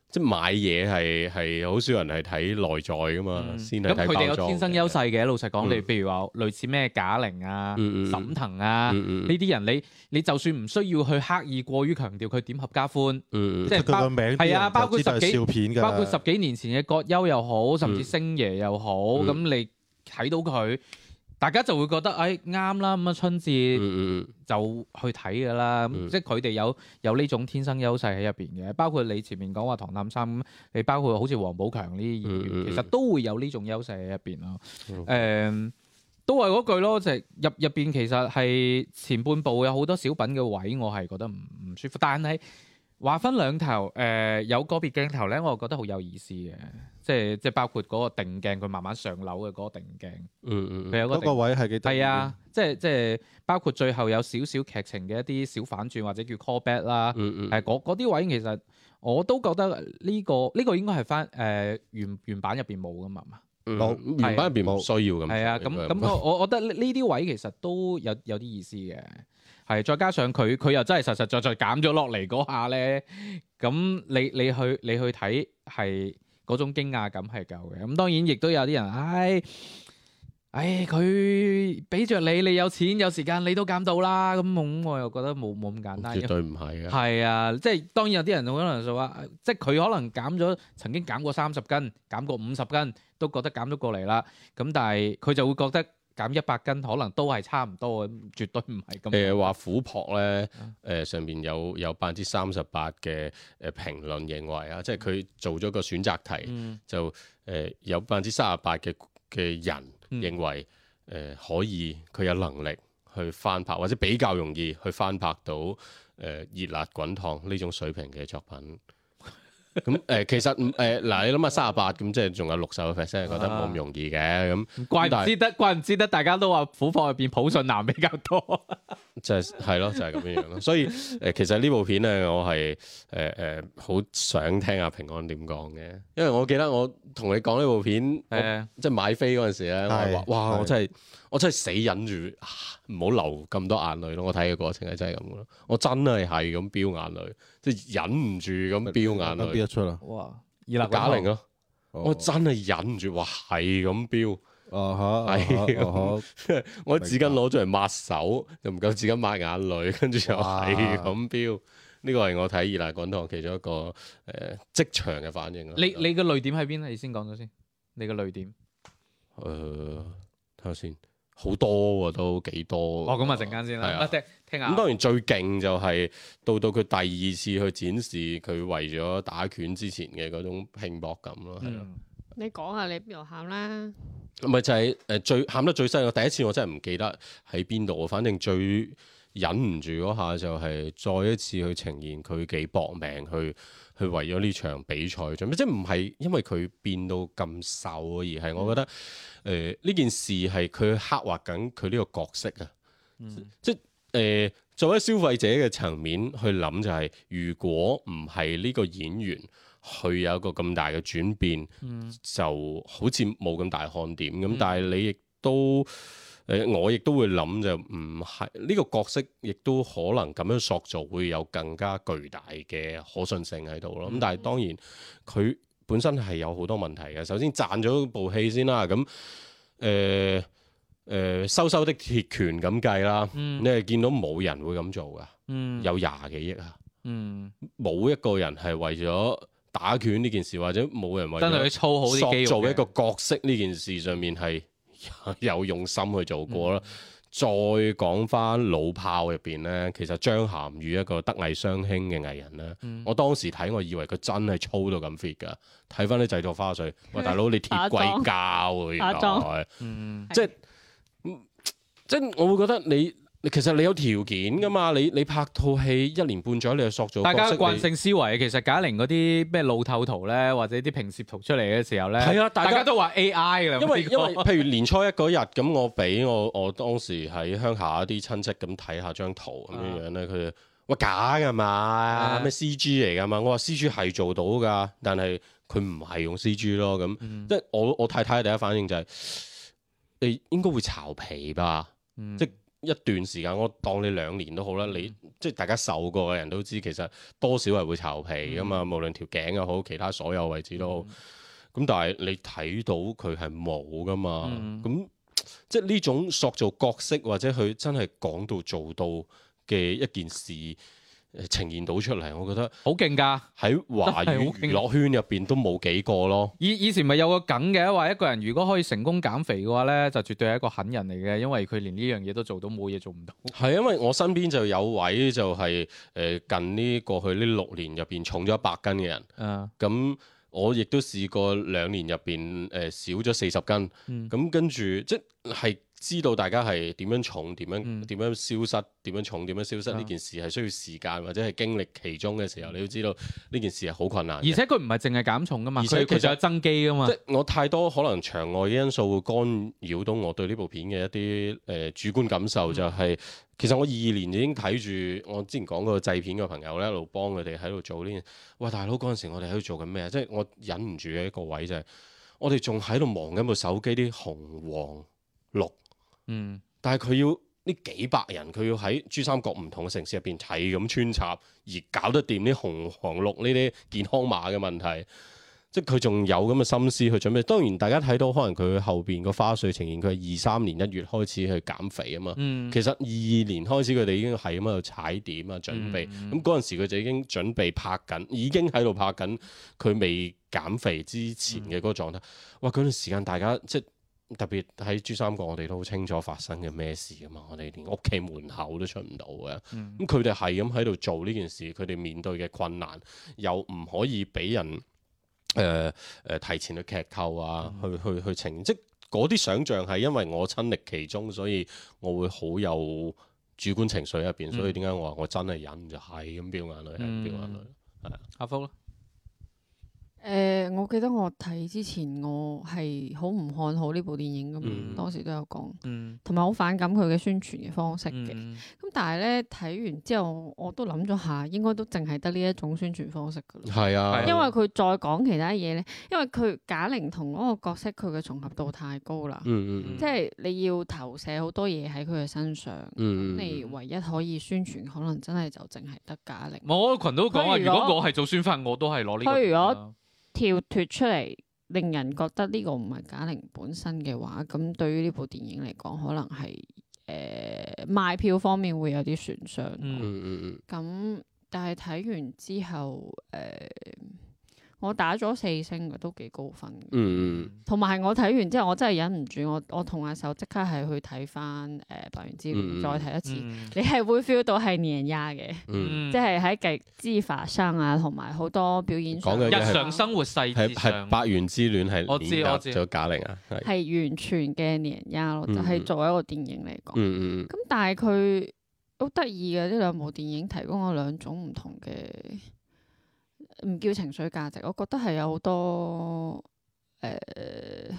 D: 即係買嘢係係好少人係睇內在噶嘛，
C: 嗯
D: 啊先
C: 咁
D: 係睇
C: 佢哋
D: 包
C: 有
D: 裝嘅。
C: 天生優勢嘅，老實講，
D: 嗯
C: 你譬如話類似咩賈玲啊、
D: 嗯，嗯嗯
C: 沈騰啊呢
D: 嗯嗯嗯
C: 啲人，你你就算唔需要去刻意過於強調佢點合家歡，
D: 嗯嗯
C: 即係
F: 佢個名啲
C: 係啊
F: 人
C: 包
F: 就
C: 括
F: 知道
C: 十
F: 係
C: 幾
F: 笑片㗎啦，
C: 包括十幾年前嘅葛優又好，甚至星爺又好，
D: 嗯
C: 咁你睇到佢，大家就會覺得誒啱啦，咁啊春節。
D: 嗯嗯
C: 就去睇㗎啦，咁
D: 嗯
C: 即係佢哋有有呢種天生優勢喺入邊嘅，包括你前面講話唐探三咁，你包括好似王寶強呢啲演員，
D: 嗯嗯嗯
C: 其實都會有呢種優勢喺入邊咯。誒、
D: 嗯
C: 都係嗰句咯，就係入入邊其實係前半部有好多小品嘅位，我係覺得唔唔舒服，但係話分兩頭，誒、有個別鏡頭咧，我覺得好有意思嘅，即係即係包括嗰個定鏡，佢慢慢上樓嘅嗰個定鏡，
D: 嗯嗯
C: 佢
D: 嗯
C: 有個
F: 嗰
C: 定
F: 個位係幾得意
C: 係啊，即係即係包括最後有少少劇情嘅一啲小反轉或者叫 callback 啦，
D: 嗯嗯
C: 係嗰嗰啲位其實我都覺得呢、個呢、個應該係翻誒原原版入邊冇噶嘛，係嘛
D: 嗯
F: 冇
D: 原版入邊冇需要咁。
C: 係啊，咁咁我我我覺得呢呢啲位其實都有有啲意思嘅，係再加上佢佢又真係實實在在減咗落嚟嗰下咧，咁你你去你去睇係嗰種驚訝感係夠嘅，咁當然亦都有啲人唉。唉，佢俾着你，你有錢有時間，你都減到啦。咁咁，我又覺得冇冇咁簡單。
D: 絕對唔係嘅。
C: 係啊，即係當然有啲人可能就話，啊即係佢可能減咗曾經減過三十斤，減過五十斤，都覺得減咗過嚟啦。咁但係佢就會覺得減一百斤可能都係差唔多嘅，絕對唔係咁。嗯
D: 誒話虎撲咧，誒上面有有百分之三十八嘅誒評論認為啊，即係佢做咗個選擇題，
C: 嗯
D: 就誒有百分之三十八嘅嘅人
C: 嗯
D: 認為誒可以佢有能力去翻拍，或者比較容易去翻拍到誒熱辣滾燙呢種水平嘅作品。咁誒其實唔誒嗱，你諗下三十八咁，即係仲有六十個 percent 覺得冇
C: 啊
D: 咁容易嘅咁。
C: 怪
D: 但
C: 唔
D: 係
C: 知得，怪唔知得，大家都話虎撲入邊普信男比較多。
D: 就係係咯，就係咁樣樣咯。所以誒、呃其實呢部片咧，我係誒誒好想聽阿平安點講嘅，因為我記得我同你講呢部片，我
C: 誒
D: 即係啊買飛嗰陣時咧，我係話
F: 係
D: 哇，
F: 係
D: 我真係我真係死忍住啊唔好流咁多眼淚咯。我睇嘅過程係真係咁嘅咯，我真係係咁飆眼淚，即係忍唔住咁飆眼
F: 邊
D: 淚。
F: 一出啊？
C: 哇！二立
D: 賈玲咯，我
F: 哦
D: 真係忍唔住，哇，係咁飆。
F: 哦
D: 係
F: 嚇，哦
D: 我啲紙巾攞咗嚟抹手，又唔夠紙巾抹眼淚，跟住又
F: 哇
D: 係咁飆。呢個係我睇《熱辣滾燙》其中一個誒、呃、職場嘅反應咯。
C: 你你嘅淚點喺邊啊？你先講咗先，你嘅淚點。
D: 誒呃睇下先，好多喎、都幾多。
C: 哦，咁啊，陣間先
D: 係
C: 啦。
D: 啊
C: 啊聽聽下
D: 咁。當然最勁就係到到佢第二次去展示佢為咗打拳之前嘅嗰種拼搏感咯，係咯，
C: 嗯
B: 你講下你邊度喊啦？
D: 唔係就係、誒最喊得最犀利。我第一次我真係唔記得喺邊度，反正最忍唔住嗰下就係再一次去呈現佢幾搏命去去為咗呢場比賽準備，即係唔係因為佢變到咁瘦啊，而係我覺得誒呢、件事係佢刻畫緊佢呢個角色啊。
C: 嗯
D: 即呃係誒、作為消費者嘅層面去諗就係、如果唔係呢個演員佢有一個咁大嘅轉變，
C: 嗯
D: 就好似冇咁大看點咁。但係你亦都誒、我亦都會諗就唔係呢個角色，亦都可能咁樣塑造會有更加巨大嘅可信性喺度咯。
C: 嗯
D: 咁但係當然佢本身係有好多問題嘅。首先賺咗部戲先啦，咁誒誒收收的鐵拳咁計啦，你係見到冇人會咁做噶，
C: 嗯
D: 有廿幾億啊！
C: 嗯，
D: 冇一個人係為咗打拳呢件事，或者冇人為
C: 真係
D: 咗
C: 去操好啲肌肉嘅，
D: 塑造一個角色呢件事上面係 有用心去做過啦。
C: 嗯
D: 再講翻老炮入邊咧，其實張涵予一個德藝雙馨嘅藝人咧，
C: 嗯
D: 我當時睇我以為佢真係操到咁 fit 噶，睇翻啲製作 花絮，喂大佬你鐵
B: 化
D: 貴膠喎原
B: 化妝
D: 來。
C: 嗯
D: 即係嗯即係我會覺得你你其實你有條件噶嘛，你你拍套戲一年半載，你就塑造
C: 大家慣
D: 慣
C: 性思維，其實賈玲嗰啲咩路透圖咧，或者啲平攝圖出嚟嘅時候咧，
D: 係啊大
C: 大
D: 家
C: 家都話 AI 啦，
D: 因為
C: 呢
D: 因
C: 個
D: 為譬如年初一嗰日咁，我俾我我當時喺鄉下啲親戚咁睇下張圖咁樣樣咧，佢哋喂假㗎
C: 啊
D: 嘛，咩 C G 嚟㗎嘛？我話 C G 係做到㗎，但係佢唔係用 C G 咯咁，
C: 嗯
D: 即係我我太太第一反應就係、你應該會巢皮吧。
C: 嗯
D: 即係一段時間，我當你兩年都好啦。你即係大家受過嘅人都知，其實多少係會巢皮噶嘛，無論條頸又好，其他所有位置都好。咁、但係你睇到佢係冇噶嘛，
C: 嗯
D: 咁、即係呢種塑造角色或者佢真係講到做到嘅一件事。呃呈現到出嚟，我覺得
C: 好勁㗎。
D: 喺華
C: 真係
D: 語
C: 好勁
D: 娛樂圈入邊都冇幾個咯。
C: 以以前咪有個梗嘅，話一個人如果可以成功減肥嘅話咧，就絕對係一個狠人嚟嘅，因為佢連呢樣嘢都做到，冇嘢做唔到。
D: 係因為我身邊就有位就係、呃近呢過去呢六年入邊重咗一百斤嘅人，
C: 嗯
D: 咁我亦都試過兩年入邊誒少咗四十斤，
C: 嗯
D: 咁跟住即係知道大家係點樣重、點
C: 嗯
D: 樣點樣消失、點樣重、點樣消失
C: 啊
D: 呢件事係需要時間或者係經歷其中嘅時候，你都知道呢件事係好困難
C: 而
D: 嘅。
C: 且佢唔係淨係減重㗎嘛，
D: 而且
C: 佢佢
D: 其實
C: 仲有增肌㗎嘛
D: 即。係我太多可能場外嘅因素會干擾到我對呢部片嘅一啲誒、呃主觀感受，就係、其實我二年已經睇住我之前講過製片嘅朋友咧，一路幫佢哋喺度做呢件。喂，大佬嗰陣時我哋喺度做緊咩啊？即係我忍唔住嘅一個位就係、我哋仲喺度忙緊部手機啲紅黃綠，
C: 嗯
D: 但係佢要。呢幾百人佢要喺珠三角唔同嘅城市入邊係咁穿插，而搞得掂啲紅黃綠呢啲健康碼嘅問題。即係佢仲有咁嘅心思去準備。當然大家睇到可能佢後邊個花絮呈現，佢係二三年一月開始去減肥啊嘛。
C: 嗯
D: 其實二二年開始佢哋已經係咁喺度踩點啊，準備。咁嗰陣時佢就已經準備拍緊，已經喺度拍緊佢未減肥之前嘅嗰個狀態。哇！嗰段時間大家即係。特別喺珠三角，我哋都好清楚發生嘅咩事噶嘛，我哋連屋企門口都出唔到嘅。咁佢哋係咁喺度做呢件事，佢哋面對嘅困難又唔可以俾人誒誒、呃提前去劇透啊，
C: 嗯
D: 去去去呈現，即係嗰啲想像係因為我親歷其中，所以我會好有主觀情緒入邊，
C: 嗯
D: 所以點解我話我真係忍就係咁飆眼淚，係咁飆眼淚。
C: 阿福啦，
B: 诶、我記得我睇之前，我係好唔看好呢部電影咁，
D: 嗯
B: 當時都有講，
C: 嗯
B: 同埋好反感佢嘅宣傳嘅方式嘅。
C: 嗯
B: 咁但係咧睇完之後，我都諗咗下，應該都淨係得呢一種宣傳方式噶
C: 嗯
B: 啦。
D: 係啊，
B: 因為佢再講其他嘢咧，因為佢賈玲同嗰個角色佢嘅重合度太高啦，
D: 嗯嗯
B: 即係你要投射好多嘢喺佢嘅身上，
D: 嗯嗯
B: 你唯一可以宣傳可能真係就淨係得賈玲
C: 我群都講啊，
B: 佢
C: 如
B: 如果
C: 果我係做宣發，我都係攞呢個
B: 佢如果
C: 獎啊。
B: 跳脱出嚟，令人覺得呢個唔係賈玲本身嘅話，咁對於呢部電影嚟講，可能係誒、賣票方面會有啲損傷。
C: 嗯
D: 嗯嗯
B: 咁、但係睇完之後，誒、我打咗四星嘅，都幾高分嘅。
D: 嗯
B: 同埋我睇完之後，我真係忍唔住，我我同阿手即刻係去睇翻誒《白猿之戀》
D: 嗯
B: 再睇一次，
C: 嗯
B: 你係會 feel 到係年丫嘅，
D: 嗯
B: 即係喺極之發生啊，同埋好多表演上啊
D: 講嘅嘢係
C: 日常生活細
D: 嗯，係
C: 節
D: 係
C: 上，
D: 百元之戀係
C: 我知
D: 碾
C: 我
D: 壓
C: 知
D: 咗賈玲啊，係
B: 係完全嘅年丫咯，就
D: 嗯
B: 係作為一個電影嚟講。咁、
D: 嗯嗯
B: 但係佢好得意嘅呢兩部電影提供咗兩種唔同嘅，嗯唔叫情緒價值，我覺得係有好多誒、呃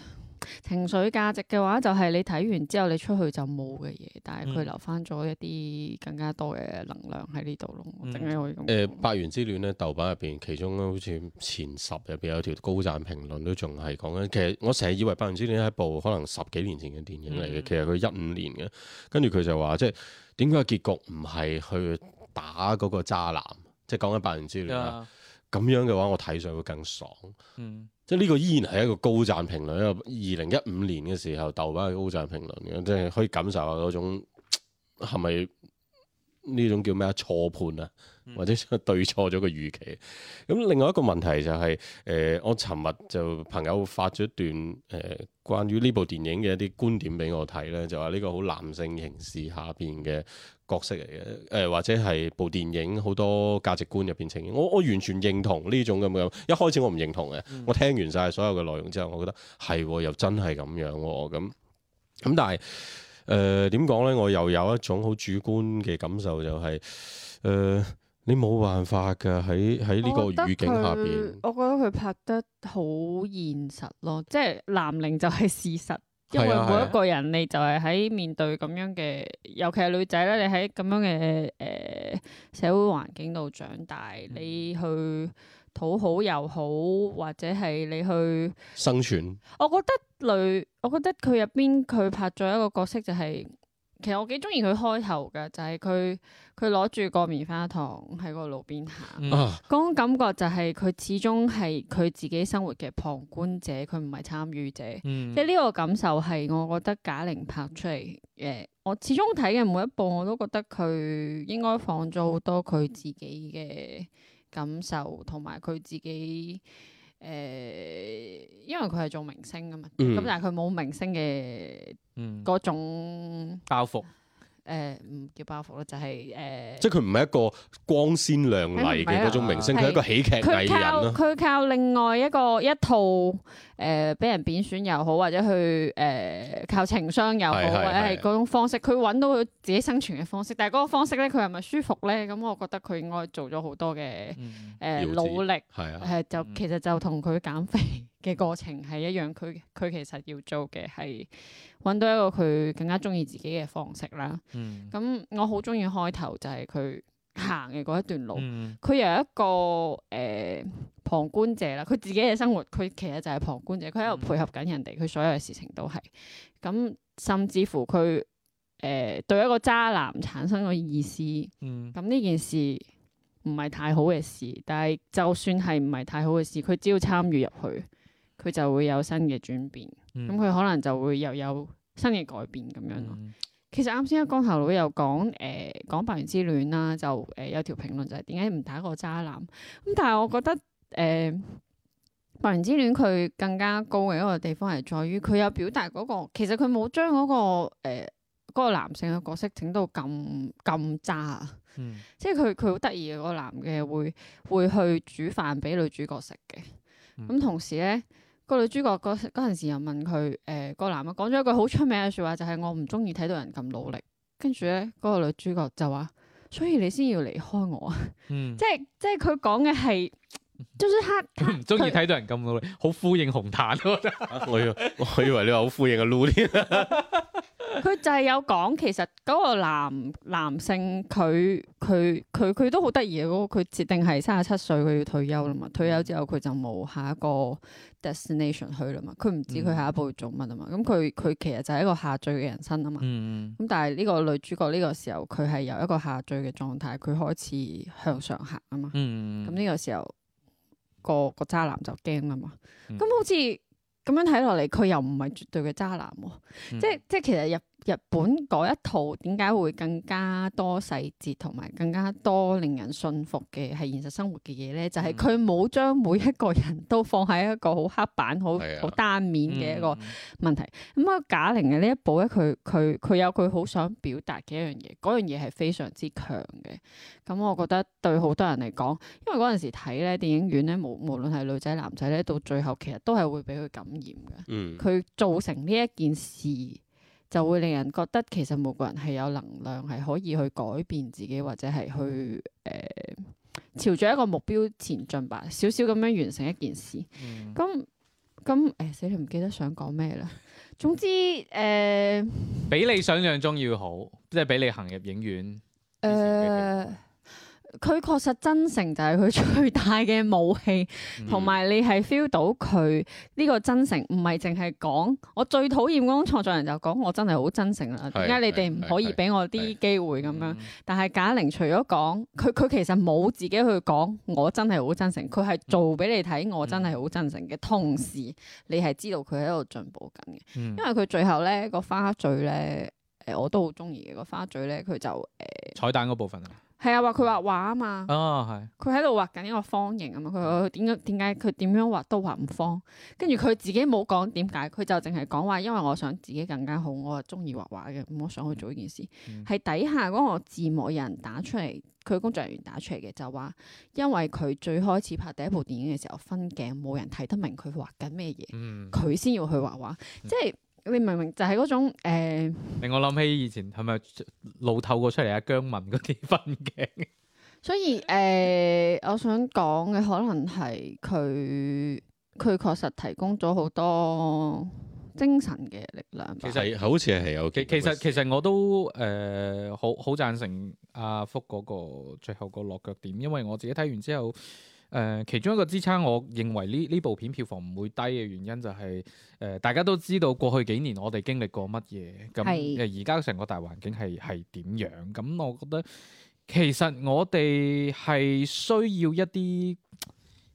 B: 情緒價值嘅話，就係你睇完之後你出去就冇嘅嘢，但係佢
C: 嗯
B: 留翻咗一啲更加多嘅能量喺呢度咯。我
C: 嗯
B: 淨係可以
D: 誒《
B: 咁講。
D: 呃百元之戀》咧，豆瓣入邊，其中好似前十入邊有條高讚評論都仲係講緊。其實我成日以為《百元之戀》係一部可能十幾年前嘅電影嚟嘅，
C: 嗯
D: 其實佢一五年嘅。跟住佢就話，即係點解結局唔係去打嗰個渣男？即係講緊《百元之戀》啊，
C: 啊
D: 咁樣嘅話，我睇上會更爽。
C: 嗯
D: 即係呢個依然係一個高讚評論，因為二零一五年嘅時候豆瓣係高讚評論嘅，即係可以感受下嗰種係咪呢種叫咩啊錯判啊，
C: 嗯
D: 或者 對錯咗個預期。咁另外一個問題就係、呃我尋日就朋友發咗一段誒、呃、關於呢部電影嘅一啲觀點俾我睇咧，就話呢個好男性凝視下邊嘅角色嚟嘅，誒、或者係部電影好多價值觀入邊呈現，我我完全認同呢種咁樣。一開始我唔認同嘅，我聽完晒所有嘅內容之後，我覺得係喎又真係咁樣喎咁咁，但係誒點講呢？我又有一種好主觀嘅感受、就係誒你冇辦法㗎喺喺呢個語境下邊。
B: 我覺得佢拍得好現實咯，即係南寧就係事實。因為
D: 係啊係
B: 每
D: 啊
B: 一個人你就係喺面對咁樣嘅，尤其係女仔咧，你喺咁樣嘅誒、呃社會環境度長大，
D: 嗯
B: 你去討好又好，或者係你去。
D: 生存，
B: 我覺得女，我覺得佢入邊佢拍咗一個角色就係、其實我幾中意佢開頭嘅，就係佢佢攞住個棉花糖喺個路邊行，
C: 嗯
D: 啊，
B: 嗰種感覺就係佢始終係佢自己生活嘅旁觀者，佢唔係參與者。
C: 嗯
B: 即係呢個感受係我覺得賈玲拍出嚟嘅，我始終睇嘅每一部我都覺得佢應該放咗好多佢自己嘅感受同埋佢自己誒、因為佢係做明星噶嘛，咁、
D: 嗯
B: 但係佢冇明星嘅
C: 嗯
B: 嗰種
C: 包袱
B: 誒唔、叫包袱啦，就係、呃誒。
C: 嗯
D: 即係佢唔係一個光鮮亮
C: 哎
D: 麗
B: 係唔係
D: 嘅
B: 啊
D: 嗰種明星，
B: 係
D: 佢係一個喜劇藝
B: 佢
D: 人
B: 靠
D: 咯。
B: 佢靠另外一個一套誒俾、人貶損又好，或者去誒、呃靠情商又好，
D: 係係
B: 或者係
D: 係
B: 嗰種方式，佢揾到佢自己生存嘅方式。但係嗰個方式咧，佢係咪舒服咧？咁我覺得佢應該做咗好多嘅誒、
C: 嗯
B: 呃
D: 調節
B: 努力。
D: 係
B: 誒、
D: 啊，
B: 就
C: 嗯
B: 其實就同佢減肥嘅過程係一樣，佢佢其實要做嘅係揾到一個佢更加中意自己嘅方式啦。
C: 嗯
B: 咁我好中意開頭就係佢行嘅嗰一段路，
C: 嗯
B: 佢由一個誒、呃旁觀者啦，佢自己嘅生活，佢其實就係旁觀者，佢喺度
C: 嗯
B: 配合緊人哋，佢所有嘅事情都係咁，甚至乎佢誒、呃、對一個渣男產生咗意思，咁
C: 嗯
B: 呢件事唔係太好嘅事，但係就算係唔係太好嘅事，佢只要參與入去，佢就會有新嘅轉變，咁
C: 嗯
B: 佢、可能就會又有新嘅改變咁樣咯。
C: 嗯
B: 其實啱先啊，光頭佬又講誒講《百元之戀》啦，就誒、呃有條評論就係點解唔打個渣男咁，但係我覺得誒《百元之戀》佢更加高嘅一個地方係在於佢有表達嗰、個，其實佢冇將嗰個誒嗰、個男性嘅角色整到咁咁渣啊。
C: 嗯
B: 即係佢佢好得意嘅嗰個男嘅會會去煮飯俾女主角食嘅。咁、
C: 嗯
B: 同時咧，個女主角嗰嗰陣時又問佢誒、呃個男嘅講咗一句好出名嘅説話，就係、我唔中意睇到人咁努力。跟住咧，嗰、個女主角就話：所以你先要離開我啊！
C: 嗯
B: 即係即係佢講嘅係，就是他他
C: 唔中意
B: 佢
C: 睇到人咁努力，好呼應紅毯咯。
D: 我以為我以為你話好呼應嘅 Lulu 添。
B: 佢就係有講，其實嗰個男男性佢佢佢佢都好得意嘅嗰個，佢設定係三十七歲佢要退休啦
C: 嗯
B: 嘛，退休之後佢就冇下一個 destination 去啦嘛，佢唔知
C: 嗯
B: 佢下一步要做乜啊嘛，咁佢佢其實就係一個下墜嘅人生啊嘛，
C: 嗯
B: 咁但係呢個女主角呢個時候佢係由一個下墜嘅狀態，佢開始向上行啊嘛。
C: 嗯
B: 咁呢個時候個個渣男就驚啊啦嘛。
C: 嗯
B: 咁好似咁樣睇落嚟，佢又唔係絕對嘅渣男喎。
C: 嗯
B: 即即其實日日本嗰一套點解會更加多細節同埋更加多令人信服嘅係現實生活嘅嘢咧？就係
C: 嗯
B: 佢冇將每一個人都放喺一個好黑板、好
D: 係啊
B: 好單面嘅一個
C: 嗯
B: 問題。咁啊，賈玲嘅呢一部咧，佢佢佢有佢好想表達嘅一樣嘢，嗰樣嘢係非常之強嘅。咁我覺得對好多人嚟講，因為嗰陣時睇咧電影院咧，無無論係女仔男仔咧，到最後其實都係會俾佢感染嘅。
D: 嗯，
B: 佢造成呢一件事，就會令人覺得其實每個人係有能量，係可以去改變自己，或者係去誒、呃朝住一個目標前進吧，少少咁樣完成一件事。
C: 嗯
B: 咁咁誒死你唔記得想講咩啦。總之誒誒
C: 比你想象中要好，即係比你行入影院。，
B: 呃佢確實真誠就係佢最大嘅武器，
C: 嗯
B: 同埋你係 feel 到佢呢個真誠，唔係淨係講。我最討厭嗰種創作人就講我真係好真誠啦，
D: 係
B: 點解你哋唔可
D: 係
B: 以
D: 係
B: 俾我啲機會咁
C: 嗯
B: 樣？但係賈玲除咗講，佢佢其實冇自己去講，我真係好真誠，佢係做俾你睇，我真
C: 嗯
B: 係好真誠嘅。同時，你係知道佢喺度進步緊嘅，
C: 嗯，
B: 因為佢最後咧個花絮咧，誒、我都好中意嘅個花絮咧，佢就誒
C: 彩蛋嗰部分啊，
B: 係啊話佢畫畫啊嘛，
C: 啊
B: 佢喺度畫緊一個方形啊嘛，佢話佢點解點解佢點樣畫都畫唔方，跟住佢自己冇講點解，佢就淨係講話因為我想自己更加好，我係中意畫畫嘅，咁我想去做呢件事。
C: 嗯
B: 係底下嗰個字幕有人打出嚟，佢工作人員打出嚟嘅就話，因為佢最開始拍第一部電影嘅時候分鏡，冇人睇得明佢畫緊咩嘢
C: 係，，嗯，
B: 佢先要去畫畫，
C: 嗯
B: 即係。你明唔明就係嗰種誒、呃
C: 令我諗起以前係咪路透過出嚟啊姜文嗰啲分鏡，
B: 所以誒、呃我想講嘅可能係佢佢確實提供咗好多精神嘅力量吧。
D: 嗯係好似係有
C: 其其實其實我都誒、呃好好贊成阿福嗰個最後個落腳點，因為我自己睇完之後，誒、呃其中一個支撐我認為呢呢部片票房唔會低嘅原因就係、誒、大家都知道過去幾年我哋經歷過乜嘢，咁
B: 係
C: 誒而家成個大環境係係點樣，咁我覺得其實我哋係需要一啲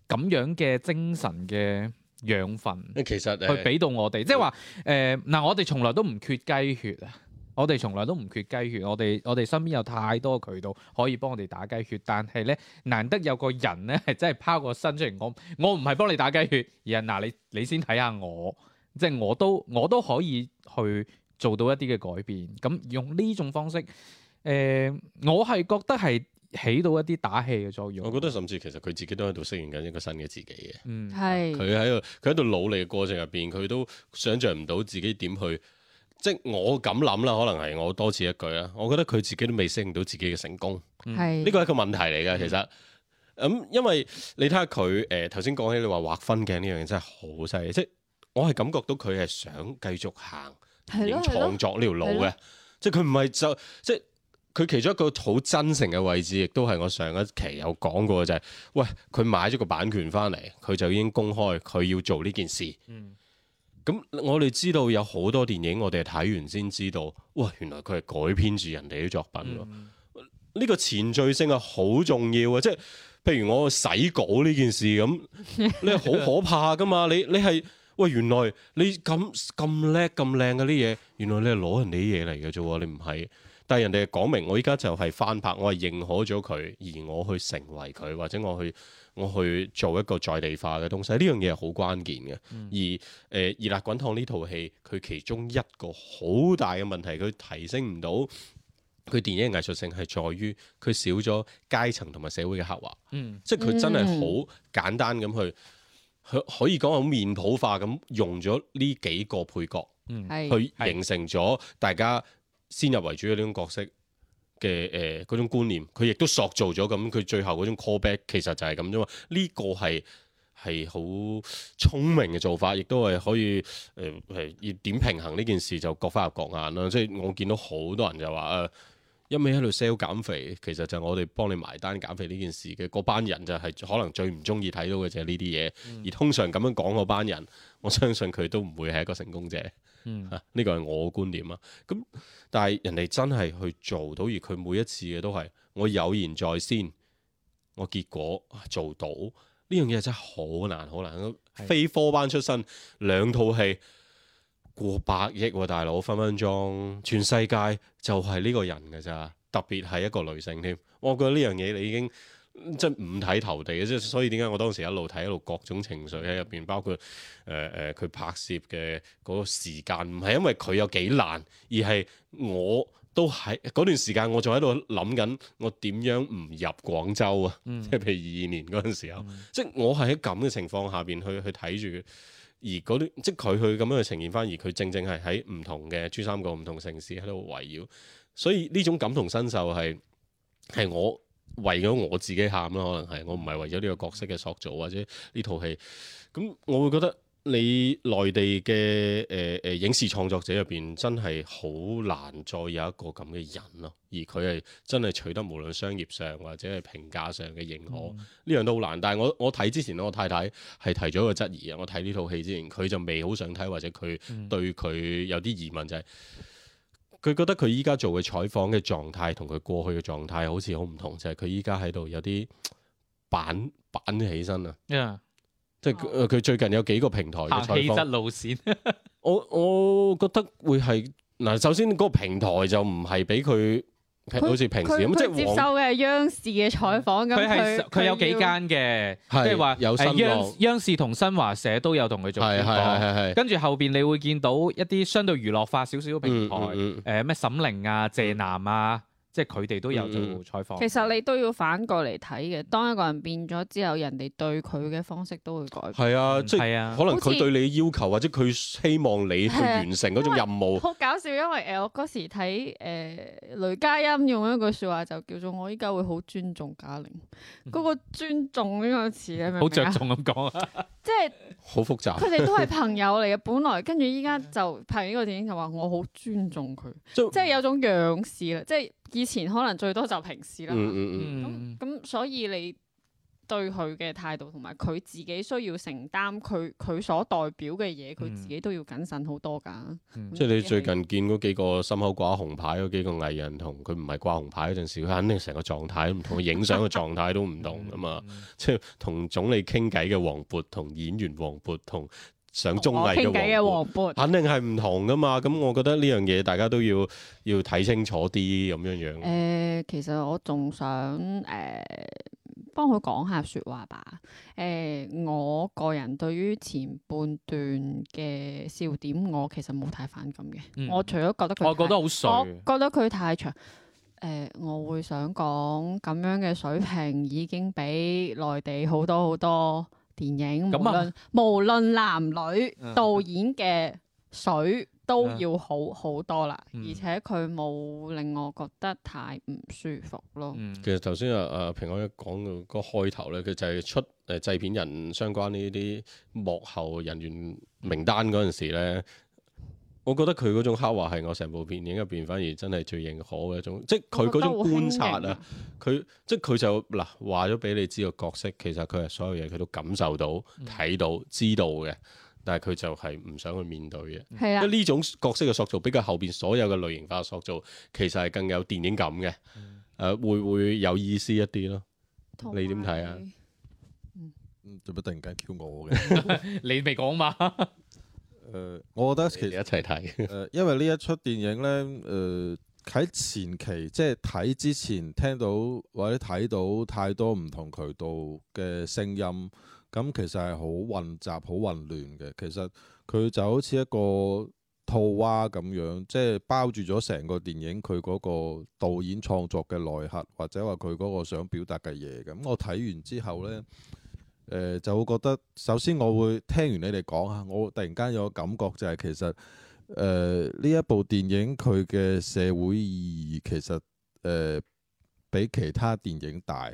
C: 咁樣嘅精神嘅養分。
D: 其實
C: 去
D: 誒
C: 俾到我哋，即係話誒嗱，我哋從來都唔缺雞血啊！我哋從來都唔缺雞血，我哋我哋身邊有太多渠道可以幫我哋打雞血，但係咧難得有個人咧係真係拋個身出嚟，我我唔係幫你打雞血，而係嗱你你先睇下我，即係我都我都可以去做到一啲嘅改變，咁用呢種方式，誒、我係覺得係起到一啲打氣嘅作用。
D: 我覺得甚至其實佢自己都喺度適應緊一個新嘅自己嘅。
C: 嗯
B: 係
D: 佢喺度佢喺度努力嘅過程入邊，佢都想象唔到自己點去。即係我咁諗啦，可能係我多此一舉啦。我覺得佢自己都未適應到自己嘅成功，
B: 係
D: 嗯呢個係一個問題嚟㗎。其實咁、因為你睇下佢誒頭先講起你話劃分鏡呢樣嘢真係好犀利，即係我係感覺到佢係想繼續行電
B: 係
D: 影
B: 咯係咯
D: 創作呢條路
B: 係
D: 嘅
B: 咯，
D: 即係佢唔係就即係佢其中一個好真誠嘅位置，亦都係我上一期有講過嘅就係、喂佢買咗個版權翻嚟，佢就已經公開佢要做呢件事。
C: 嗯
D: 咁我哋知道有好多電影，我哋睇完先知道，哇！原來佢係改編住人哋啲作品喎。呢、
C: 嗯
D: 個前序性係好重要啊！即係譬如我洗稿呢件事咁，你係好可怕噶嘛？你你係喂，原來你咁咁叻咁靚嘅啲嘢，原來你係攞人哋啲嘢嚟嘅啫喎，你唔係。但係人哋係講明，我依家就係翻拍，我係認可咗佢，而我去成為佢，或者我去我去做一個在地化嘅東西，呢樣嘢係好關鍵嘅。而誒、呃《熱辣滾燙》呢套戲，佢其中一個好大嘅問題，佢提升唔到佢電影嘅藝術性，係在於佢少咗階層同埋社會嘅刻畫，
C: 嗯
D: 即係佢真係好簡單咁去，可可以講係好面譜化咁用咗呢幾個配角。
C: 嗯
B: 係
D: 去形成咗大家先入為主嘅呢種角色嘅誒嗰種觀念，佢亦都塑造咗咁，佢最後嗰種 callback 其實就係咁啫嘛。呢、個係係好聰明嘅做法，亦都係可以誒呃係、要點平衡呢件事就各花入各眼啦。即係我見到好多人就話誒。呃一味喺度 sell 減肥，其實就係我哋幫你埋單減肥呢件事嘅嗰班人就係可能最唔中意睇到嘅就係呢啲嘢，而通常咁樣講嗰班人，我相信佢都唔會係一個成功者。
C: 嗯
D: 啊呢個係我嘅觀點啦。啊咁但係人哋真係去做到，而佢每一次嘅都係我有言在先，我結果啊做到呢樣嘢真係好難好難。咁
C: 係
D: 非科班出身，兩套戲過百億喎、大佬分分鐘，全世界就係呢個人㗎咋。特別係一個女性添，我覺得呢樣嘢你已經嗯真五體投地嘅，即係所以點解我當時一路睇一路各種情緒喺入邊，包括誒誒呃佢拍攝嘅嗰個時間，唔係因為佢有幾難，而係我都喺嗰段時間，我仲喺度諗緊我點樣唔入廣州啊！
C: 嗯
D: 即係譬如二年嗰陣時候，
C: 嗯
D: 即係我係喺咁嘅情況下邊去去睇住佢。而嗰啲即係佢去咁樣去呈現翻，而佢正正係喺唔同嘅珠三角唔同城市喺度圍繞，所以呢種感同身受係係我為咗我自己喊啦，可能係我唔係為咗呢個角色嘅塑造或者呢套戲，咁我會覺得你內地嘅誒誒影視創作者入邊，真係好難再有一個咁嘅人咯。而佢係真係取得無論商業上或者係評價上嘅認可，呢、樣都好難。但係我我睇之前，我太太係提咗個質疑啊。我睇呢套戲之前，佢就未好想睇，或者佢
C: 嗯
D: 對佢有啲疑問就係、佢覺得佢依家做嘅採訪嘅狀態同佢過去嘅狀態好似好唔同，就係佢依家喺度有啲板板起身啊！
C: 啊
D: 即係佢呃佢最近有幾個平台嘅
C: 行
D: 採
C: 啊氣質
D: 訪，
C: 路線，
D: 我我覺得會係嗱，首先嗰個平台就唔係俾佢
B: 佢
D: 好似平時
B: 佢
D: 咁，即
B: 佢接
D: 係
B: 受
D: 往嗯
B: 嘅係央視嘅採訪 咁，
C: 佢係
B: 佢
C: 佢有幾
B: 要
C: 間嘅，
D: 係
C: 即係話
D: 有新
C: 誒央
D: 浪
C: 央視同新華社都有同佢做
D: 係
C: 聯
D: 係係
C: 播。
D: 係係，
C: 跟住後邊你會見到一啲相對娛樂化少少嘅平台，誒咩、
D: 嗯嗯
C: 沈凌啊、謝楠啊，即係佢哋都有做
D: 嗯
C: 採訪。
B: 其實你都要反過嚟睇嘅，當一個人變咗之後，人哋對佢嘅方式都會改變。
D: 係啊，
C: 嗯
D: 即係
C: 係啊
D: 可，能
B: 好似
D: 佢對你要求或者佢希望你去完成嗰種任務，
B: 好搞笑，因為誒、呃我嗰時睇誒、呃雷佳音用一句説話就叫做我依家會好尊重賈玲，嗰、個尊重呢個詞你
C: 嗯好
B: 明唔明
C: 着
B: 啊？
C: 重咁講啊，
B: 即係
D: 好複雜
B: 佢。哋都係朋友嚟嘅，本來跟住依家就拍完呢個電影就話我好尊重佢，
C: 嗯
D: 即
B: 即係有種仰視啦，即係以前可能最多就平視啦。
D: 嗯嗯嗯。
C: 嗯
B: 咁，咁所以你對佢嘅態度同埋佢自己需要承擔佢佢所代表嘅嘢，佢自己都要謹慎好多㗎。
C: 嗯
D: 即係你最近見嗰幾個心口掛紅牌嗰幾個藝人，同佢唔係掛紅牌嗰陣時，佢肯定成個狀態都唔同，佢影相嘅狀態都唔同噶啊
B: 嗯
D: 嘛。
C: 嗯
D: 即係同總理傾偈嘅黃渤，同演員黃渤，同上綜
B: 我
D: 藝
B: 傾偈
D: 嘅
B: 嘅
D: 黃
B: 黃
D: 渤，
B: 渤
D: 肯定係唔同噶嘛。咁我覺得呢樣嘢大家都要要睇清楚啲咁樣
B: 誒、
D: 樣。
B: 其實我仲想誒、幫佢講下説話吧。誒、我個人對於前半段嘅笑點，我其實冇太反感嘅。
C: 嗯
B: 我除咗覺得佢
C: 我覺
B: 太
C: 得好水，
B: 我覺得佢太長。誒、我會想講咁樣嘅水平已經比內地好多好多電影，無
C: 咁啊
B: 論、無論男女
C: 嗯
B: 導演嘅水都要好好多啦，
C: 嗯
B: 而且佢冇令我覺得太唔舒服咯。
C: 嗯
D: 其實頭先啊啊平安一講到個開頭咧，佢就係出誒製片人相關呢啲幕後人員名單嗰陣時咧，我覺得佢嗰種刻畫係我成部電影入邊反而真係最認可嘅一種，即係佢嗰種
B: 我覺得好
D: 觀察
B: 輕盈
D: 啊，，佢即係佢就嗱話咗俾你知個角色，其實佢係所有嘢佢都感受到、
B: 嗯
D: 睇到、知道嘅，但係佢就係唔想去面對嘅。
B: 係
D: 因為
B: 啦，
D: 呢種角色嘅塑造，比較後邊所有嘅類型化塑造，其實係更有電影感嘅，誒、會會有意思一啲咯。
B: 嗯同
D: 你點睇啊
B: 埋？
F: 嗯做乜突然間 Q 我嘅？
C: 你未講嘛？
F: 誒，我覺得其
D: 其實
F: 實
D: 一齊睇，
F: 誒，因為呢一出電影呢，誒喺前期即係睇之前聽到或者睇到太多唔同渠道嘅聲音，咁其實係好混雜、好混亂嘅。其實佢就好似一個套娃咁樣，即係包住咗成個電影佢嗰個導演創作嘅內核，或者話佢嗰個想表達嘅嘢。咁我睇完之後呢。誒、就會覺得，首先我會聽完你哋講下，我突然間有個感覺就係其實誒呢、一部電影佢嘅社會意義其實誒、呃比其他電影大，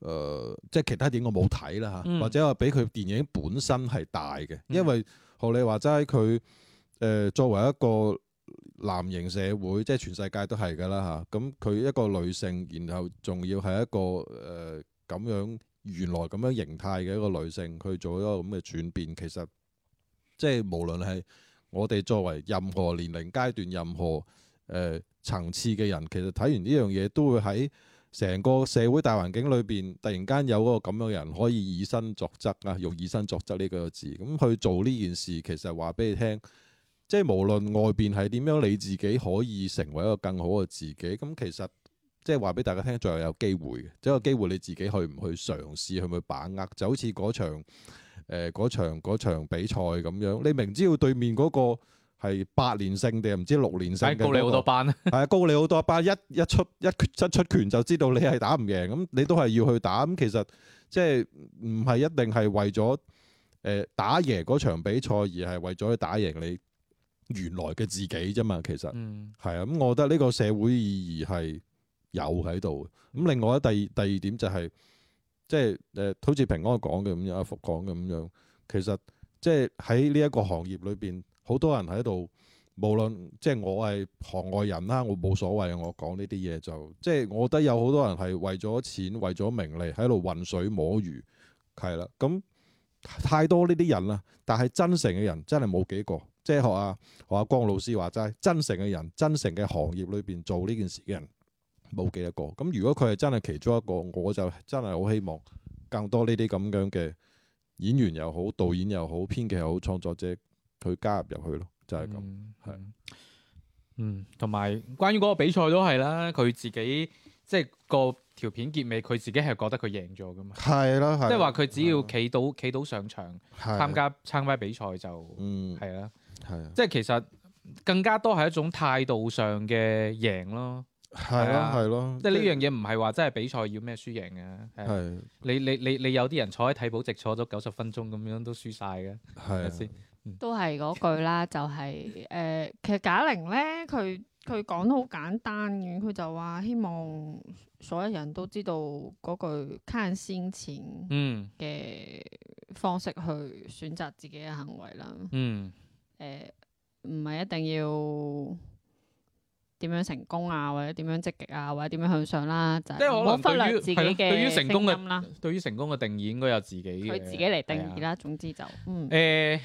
F: 誒、即係其他電影我冇睇啦嚇，
C: 嗯
F: 或者話比佢電影本身係大嘅，因為學你話齋佢誒作為一個男型社會，即係全世界都係㗎啦嚇，咁、佢一個女性，然後仲要係一個誒咁、樣原來咁樣形態嘅一個女性，去做一個咁嘅轉變，其實即係無論係。我哋作為任何年齡階段、任何誒、呃、層次嘅人，其實睇完呢樣嘢都會喺成個社會大環境裏邊，突然間有嗰個咁樣嘅人可以以身作則啊，用以身作則呢個字咁去做呢件事，其實話俾你聽，即係無論外邊係點樣，你自己可以成為一個更好嘅自己。咁其實即係話俾大家聽，最後有機會嘅，即係個機會你自己去唔去嘗試，去唔去把握，就好似嗰場誒嗰、場嗰場比賽咁樣，你明知道對面嗰個係八連勝定係唔知六 連勝嘅、
C: 係高你好多班啊，
F: 係啊，高你好多巴，一一出一一出拳就知道你係打唔贏，咁你都係要去打。咁其實即係唔係一定係為咗誒、呃打贏嗰場比賽，而係為咗去打贏你原來嘅自己啫嘛。其實
C: 嗯
F: 係啊，咁我覺得呢個社會意義係有喺度嘅。咁另外咧，第二第二呃點就係、即係誒，好似平安講嘅咁樣，阿福講嘅咁樣，其實即係喺呢一個行業裏邊，好多人喺度，無論即係我係行外人啦，我冇所謂，我講呢啲嘢就即係我覺得有好多人係為咗錢、為咗名利喺度混水摸魚，係啦，咁太多呢啲人啦，但係真誠嘅人真係冇幾個，即係學阿學阿光老師話齋，真誠嘅人、真誠嘅行業裏邊做呢件事嘅人冇幾多個，咁如果佢係真係其中一個，我就真係好希望更多呢啲咁樣嘅。演員又好，導演又好，編劇又好，創作者佢加入入去咯，就係、咁。
C: 咁
F: 係
C: 嗯，同埋關於嗰個比賽都係啦，佢自己即係個條片結尾，佢自己係覺得佢贏咗噶嘛，
F: 係啦，係。
C: 即係話佢只要企到企到上場
F: 係
C: 參，加參加比賽就
F: 嗯，
C: 係啦，
F: 係啊，
C: 即係其實更加多係一種態度上嘅贏咯，
F: 係
C: 係
F: 咯，
C: 啊
F: 係咯，
C: 即係呢樣嘢唔係話真係比賽要咩輸贏嘅，係啊
F: 係
C: 你你你你有啲人坐喺替補席坐咗九十分鐘咁樣都輸晒嘅，係咪
F: 係
C: 先
F: 啊？
B: 都係嗰 句啦，就係、誒、其實賈玲咧，佢佢講得好簡單嘅，佢就話希望所有人都知道嗰句看先前
C: 嗯
B: 嘅方式去選擇自己嘅行為啦。
C: 嗯
B: 誒唔係一定要點樣成功啊，或者點樣積極啊，或者點樣向上啦，就係
C: 即係可能
B: 唔好忽
C: 對於
B: 略自己
C: 係咯對於
B: 嘅
C: 成功嘅
B: 聲音啦，
C: 對於成功嘅定義應該有自己嘅
B: 佢自己嚟定義
C: 係啊。
B: 啦。總之就嗯。
C: 誒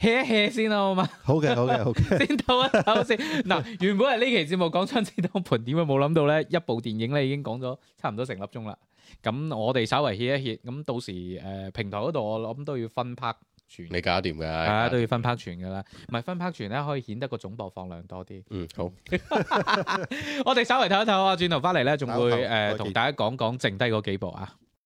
C: hea 一 hea 先啦，啊好 嘛？
F: 好嘅，好嘅，好嘅，
C: 先唞一唞先。嗱，原本係呢期節目講春節當盤點，啊冇諗到咧一部電影咧已經講咗差唔多成粒鐘啦。咁我哋稍為 hea 一 hea，咁到時誒、呃平台嗰度我諗都要分 part 傳，
D: 你搞得掂嘅，
C: 係啊都要分 part 傳噶啦。唔係分 part 傳咧，可以顯得個總播放量多啲。
D: 嗯好，
C: 我哋稍為唞一唞啊，轉頭翻嚟咧，仲會
F: 唞一唞
C: 誒
F: 再
C: 同
F: 見
C: 大家講講剩低嗰幾部啊。